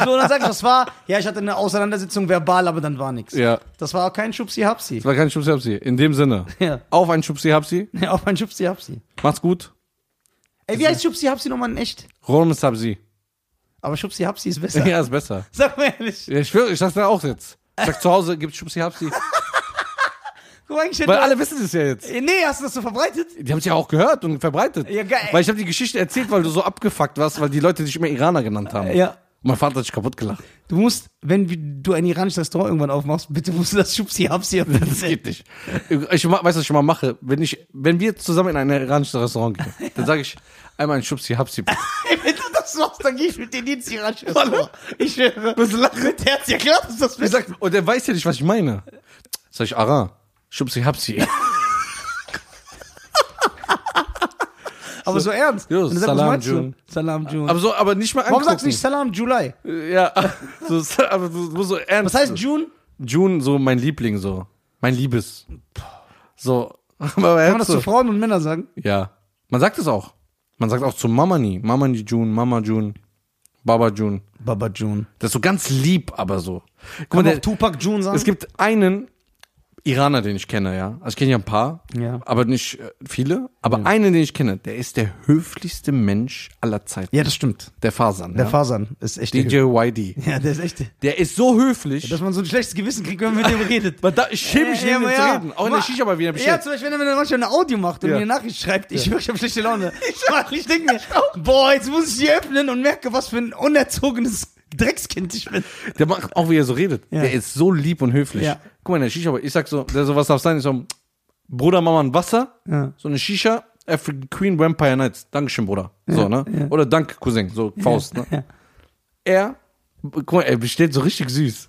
A: So, und dann sag ich, was war? Ja, ich hatte eine Auseinandersetzung verbal, aber dann war nichts.
B: Ja.
A: Das war auch kein Schubsi-Hapsi.
B: Das war kein Schubsi Hapsi. In dem Sinne.
A: Ja.
B: Auf einen Schubsi Hapsi.
A: Ja, auch ein Schubsi-Hapsi.
B: Macht's gut.
A: Ey, wie heißt Schubsi-Hapsi nochmal in echt?
B: Romes Hapsi.
A: Aber Schubsi Hapsi ist besser.
B: Ja, ist besser.
A: Sag mal ehrlich.
B: Ja, ich schwöre, ich sag's da auch jetzt. Ich sag zu Hause, gibt's Schubsi Hapsi.
A: Guck mal, ich hätte Äh,
B: Weil alle wissen das ja jetzt.
A: Nee, hast du das so verbreitet?
B: Die haben es ja auch gehört und verbreitet.
A: Ja, geil.
B: Weil ich habe die Geschichte erzählt, weil du so abgefuckt warst, weil die Leute dich immer Iraner genannt haben.
A: Ja.
B: Und mein Vater hat sich kaputt gelacht.
A: Du musst, wenn du ein iranisches Restaurant irgendwann aufmachst, bitte musst du das Schubsi Hapsi
B: Das geht nicht. Ich ma- weiß, was ich mal mache. Wenn, ich, wenn wir zusammen in ein iranisches Restaurant gehen, dann sage ich einmal ein Schubsi Hapsi.
A: Ey, wenn du das machst, dann geh ich mit dir nie ins iranische Restaurant. Ich schwöre. Bist du lachen? Mit Herz, ja klar, ist das
B: Ich
A: Beste.
B: sag, und der weiß ja nicht, was ich meine. Sag ich, Ara, Schubsi Hapsi.
A: Aber so ernst.
B: Jo,
A: Und dann sag, was
B: Salam
A: meinst du?
B: June.
A: Salam June.
B: Aber so, aber nicht mal angucken.
A: Warum sagst du nicht Salam July?
B: Ja, so, aber du musst so ernst.
A: Was heißt June?
B: June, so mein Liebling, so. Mein Liebes. So. Aber
A: Kann man das zu Frauen und Männern sagen?
B: Ja. Man sagt es auch. Man sagt auch zu Mamani. Mamani June, Mama June, Baba June.
A: Baba June.
B: Das ist so ganz lieb, aber so. Guck
A: Kann man
B: mal,
A: auch
B: der,
A: Tupac June sagen?
B: es gibt einen Iraner, den ich kenne, ja. Also ich kenne ja ein paar,
A: Ja.
B: aber nicht äh, viele. Aber einen, den ich kenne, der ist der höflichste Mensch aller Zeiten.
A: ja, das stimmt.
B: Der Fasan.
A: Der
B: ja.
A: Fasan ist echt. der
B: DJ YD.
A: Hü- Ja, der ist echt.
B: Der ist so höflich.
A: Dass man so ein schlechtes Gewissen kriegt, wenn man mit dem redet.
B: Man da, ich schäme mich,
A: Ja,
B: neben
A: aber
B: ihm zu
A: ja.
B: reden. Auch in der
A: Ma-
B: Shisha, aber wieder
A: Ja,
B: bestellt.
A: zum Beispiel, wenn er mir manchmal eine Audio macht und
B: Ja.
A: mir eine Nachricht schreibt, ich schwöre, ich habe schlechte Laune. Mann, ich denke mir, boah, jetzt muss ich die öffnen und merke, was für ein unerzogenes Dreckskind ich bin.
B: Der macht auch, wie er so redet.
A: Ja.
B: Der ist so lieb und höflich.
A: Ja.
B: Guck mal, in der Shisha, aber ich sag so, der so was darf sein, ich so, Bruder, mach mal ein Wasser,
A: Ja.
B: so eine Shisha, African Queen Vampire Nights. Dankeschön, Bruder. so, ne? Oder Danke, Cousin, so Faust, ne?
A: ja.
B: Er, guck mal, er bestellt so richtig süß.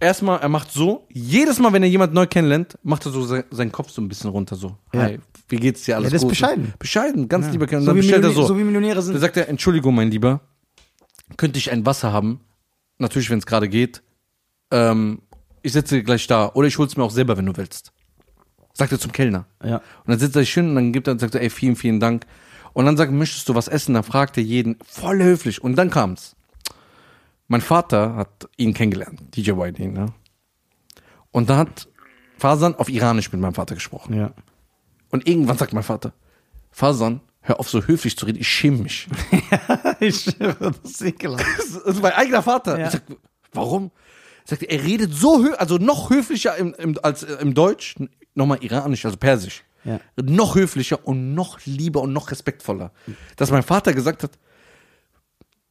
B: Erstmal, er macht so, jedes Mal, wenn er jemand neu kennenlernt, macht er so se- seinen Kopf so ein bisschen runter, so.
A: Ja.
B: Hi, wie geht's dir alles
A: Ja, das ist
B: gut?
A: bescheiden.
B: Bescheiden, ganz lieber Kerl. Und
A: So
B: dann
A: wie
B: bestellt er
A: Millionä-
B: so.
A: so wie Millionäre sind.
B: Dann sagt er, Entschuldigung, mein Lieber, könnte ich ein Wasser haben? Natürlich, wenn es gerade geht. Ähm, ich sitze gleich da. Oder ich hol's mir auch selber, wenn du willst. Sagt er zum Kellner.
A: Ja.
B: Und dann sitzt er schön und dann gibt er und sagt er, ey, vielen, vielen Dank. Und dann sagt, er, möchtest du was essen? Dann fragt er jeden, voll höflich. Und dann kam's. Mein Vater hat ihn kennengelernt, DJ Whitey, ne? Und da hat Fasan auf Iranisch mit meinem Vater gesprochen.
A: Ja.
B: Und irgendwann sagt mein Vater, Fasan, hör auf so höflich zu reden, ich schäme mich.
A: Ich schwöre, das ist ekelhaft.
B: Das ist also mein eigener Vater.
A: Ja.
B: Ich sag, warum? Sagt, er redet so höflich, also noch höflicher im, im, als äh, im Deutsch, n- nochmal iranisch, also persisch.
A: Ja.
B: Noch höflicher und noch lieber und noch respektvoller. Dass mein Vater gesagt hat,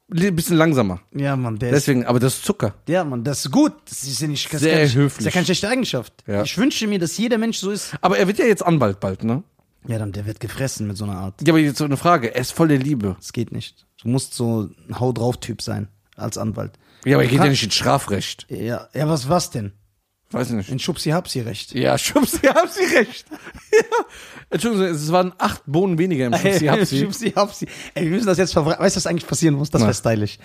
B: li- ein bisschen langsamer.
A: Ja, Mann, der ist.
B: Deswegen, aber das ist Zucker.
A: Ja, Mann, das ist gut. Das ist ja nicht das ist
B: Sehr
A: keine- Das ist ja
B: höflich.
A: keine schlechte Eigenschaft.
B: Ja.
A: Ich wünsche mir, dass jeder Mensch so ist.
B: Aber er wird ja jetzt Anwalt bald, ne?
A: Ja, dann der wird gefressen mit so einer Art.
B: Ja, aber jetzt so eine Frage. Er ist voll der Liebe.
A: Das geht nicht. Du musst so ein Hau drauf Typ sein als Anwalt.
B: Ja, aber er geht ja nicht ins Strafrecht.
A: Ja, ja, was was denn?
B: Weiß nicht.
A: In Schubsi Hapsi recht.
B: Ja, Schubsi, haben Sie recht. ja. Entschuldigung, es waren acht Bohnen weniger im Schubsi, haben Sie.
A: Schubsi Hapsi. Ey, wir müssen das jetzt verbreiten. Weißt du, was eigentlich passieren muss? Das
B: Na.
A: wäre stylisch.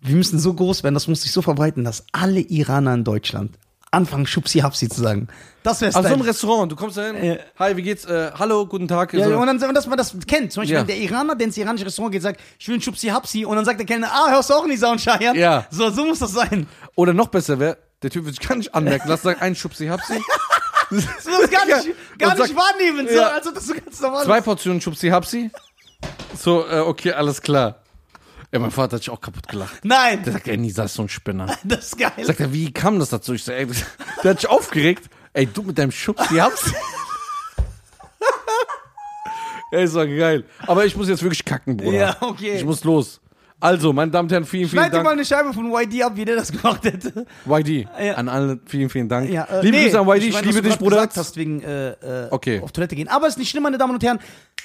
A: Wir müssen so groß werden, das muss sich so verbreiten, dass alle Iraner in Deutschland anfangen, Schubsi Hapsi zu sagen. Das wäre
B: Also so ein
A: stylisch.
B: Restaurant, du kommst da hin,
A: Ja.
B: hi, wie geht's, äh, hallo, guten Tag.
A: ja,
B: so.
A: und dann, und dass man das kennt. Zum Beispiel,
B: Ja.
A: wenn der Iraner, der ins iranische Restaurant geht, sagt, ich will einen Schubsi Hapsi. Und dann sagt der Kellner, ah, hörst du auch in die Soundscheier?
B: Ja.
A: So, so muss das sein.
B: Oder noch besser wäre, der Typ wird sich gar nicht anmerken lassen, sagen, ein Schubsi, Hapsi,
A: Das muss gar nicht, gar
B: Und
A: nicht
B: sagt-
A: wahrnehmen. So,
B: Ja.
A: Also, das ist so ganz normal.
B: zwei Portionen Schubsi, Hapsi. So, äh, okay, alles klar. Ja, mein Vater hat sich auch kaputt gelacht.
A: Nein,
B: Der sagt, ey, Nisa ist so ein Spinner.
A: das ist geil.
B: Sagt er, wie kam das dazu? Ich sag, ey, der hat sich aufgeregt. Ey, du mit deinem Schubsi, Hapsi. Ey, ist doch geil. Aber ich muss jetzt wirklich kacken, Bruder.
A: Ja, okay.
B: Ich muss los. Also, meine Damen und Herren, vielen, vielen
A: Schneid dir
B: Dank.
A: mal eine Scheibe von YD ab, wie der das gemacht hätte.
B: YD,
A: Ja.
B: an alle vielen, vielen Dank.
A: Ja, äh,
B: Liebe
A: nee,
B: Grüße an YD, ich,
A: weiß, was
B: liebe
A: du
B: dich,
A: gerade
B: Bruder.
A: gesagt hast wegen äh, äh,
B: Okay.
A: auf Toilette gehen. Aber ist nicht schlimm, meine Damen und Herren.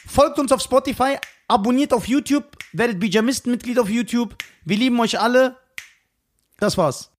A: Folgt uns auf Spotify, abonniert auf YouTube, werdet Bijamisten-Mitglied auf YouTube. Wir lieben euch alle. Das war's.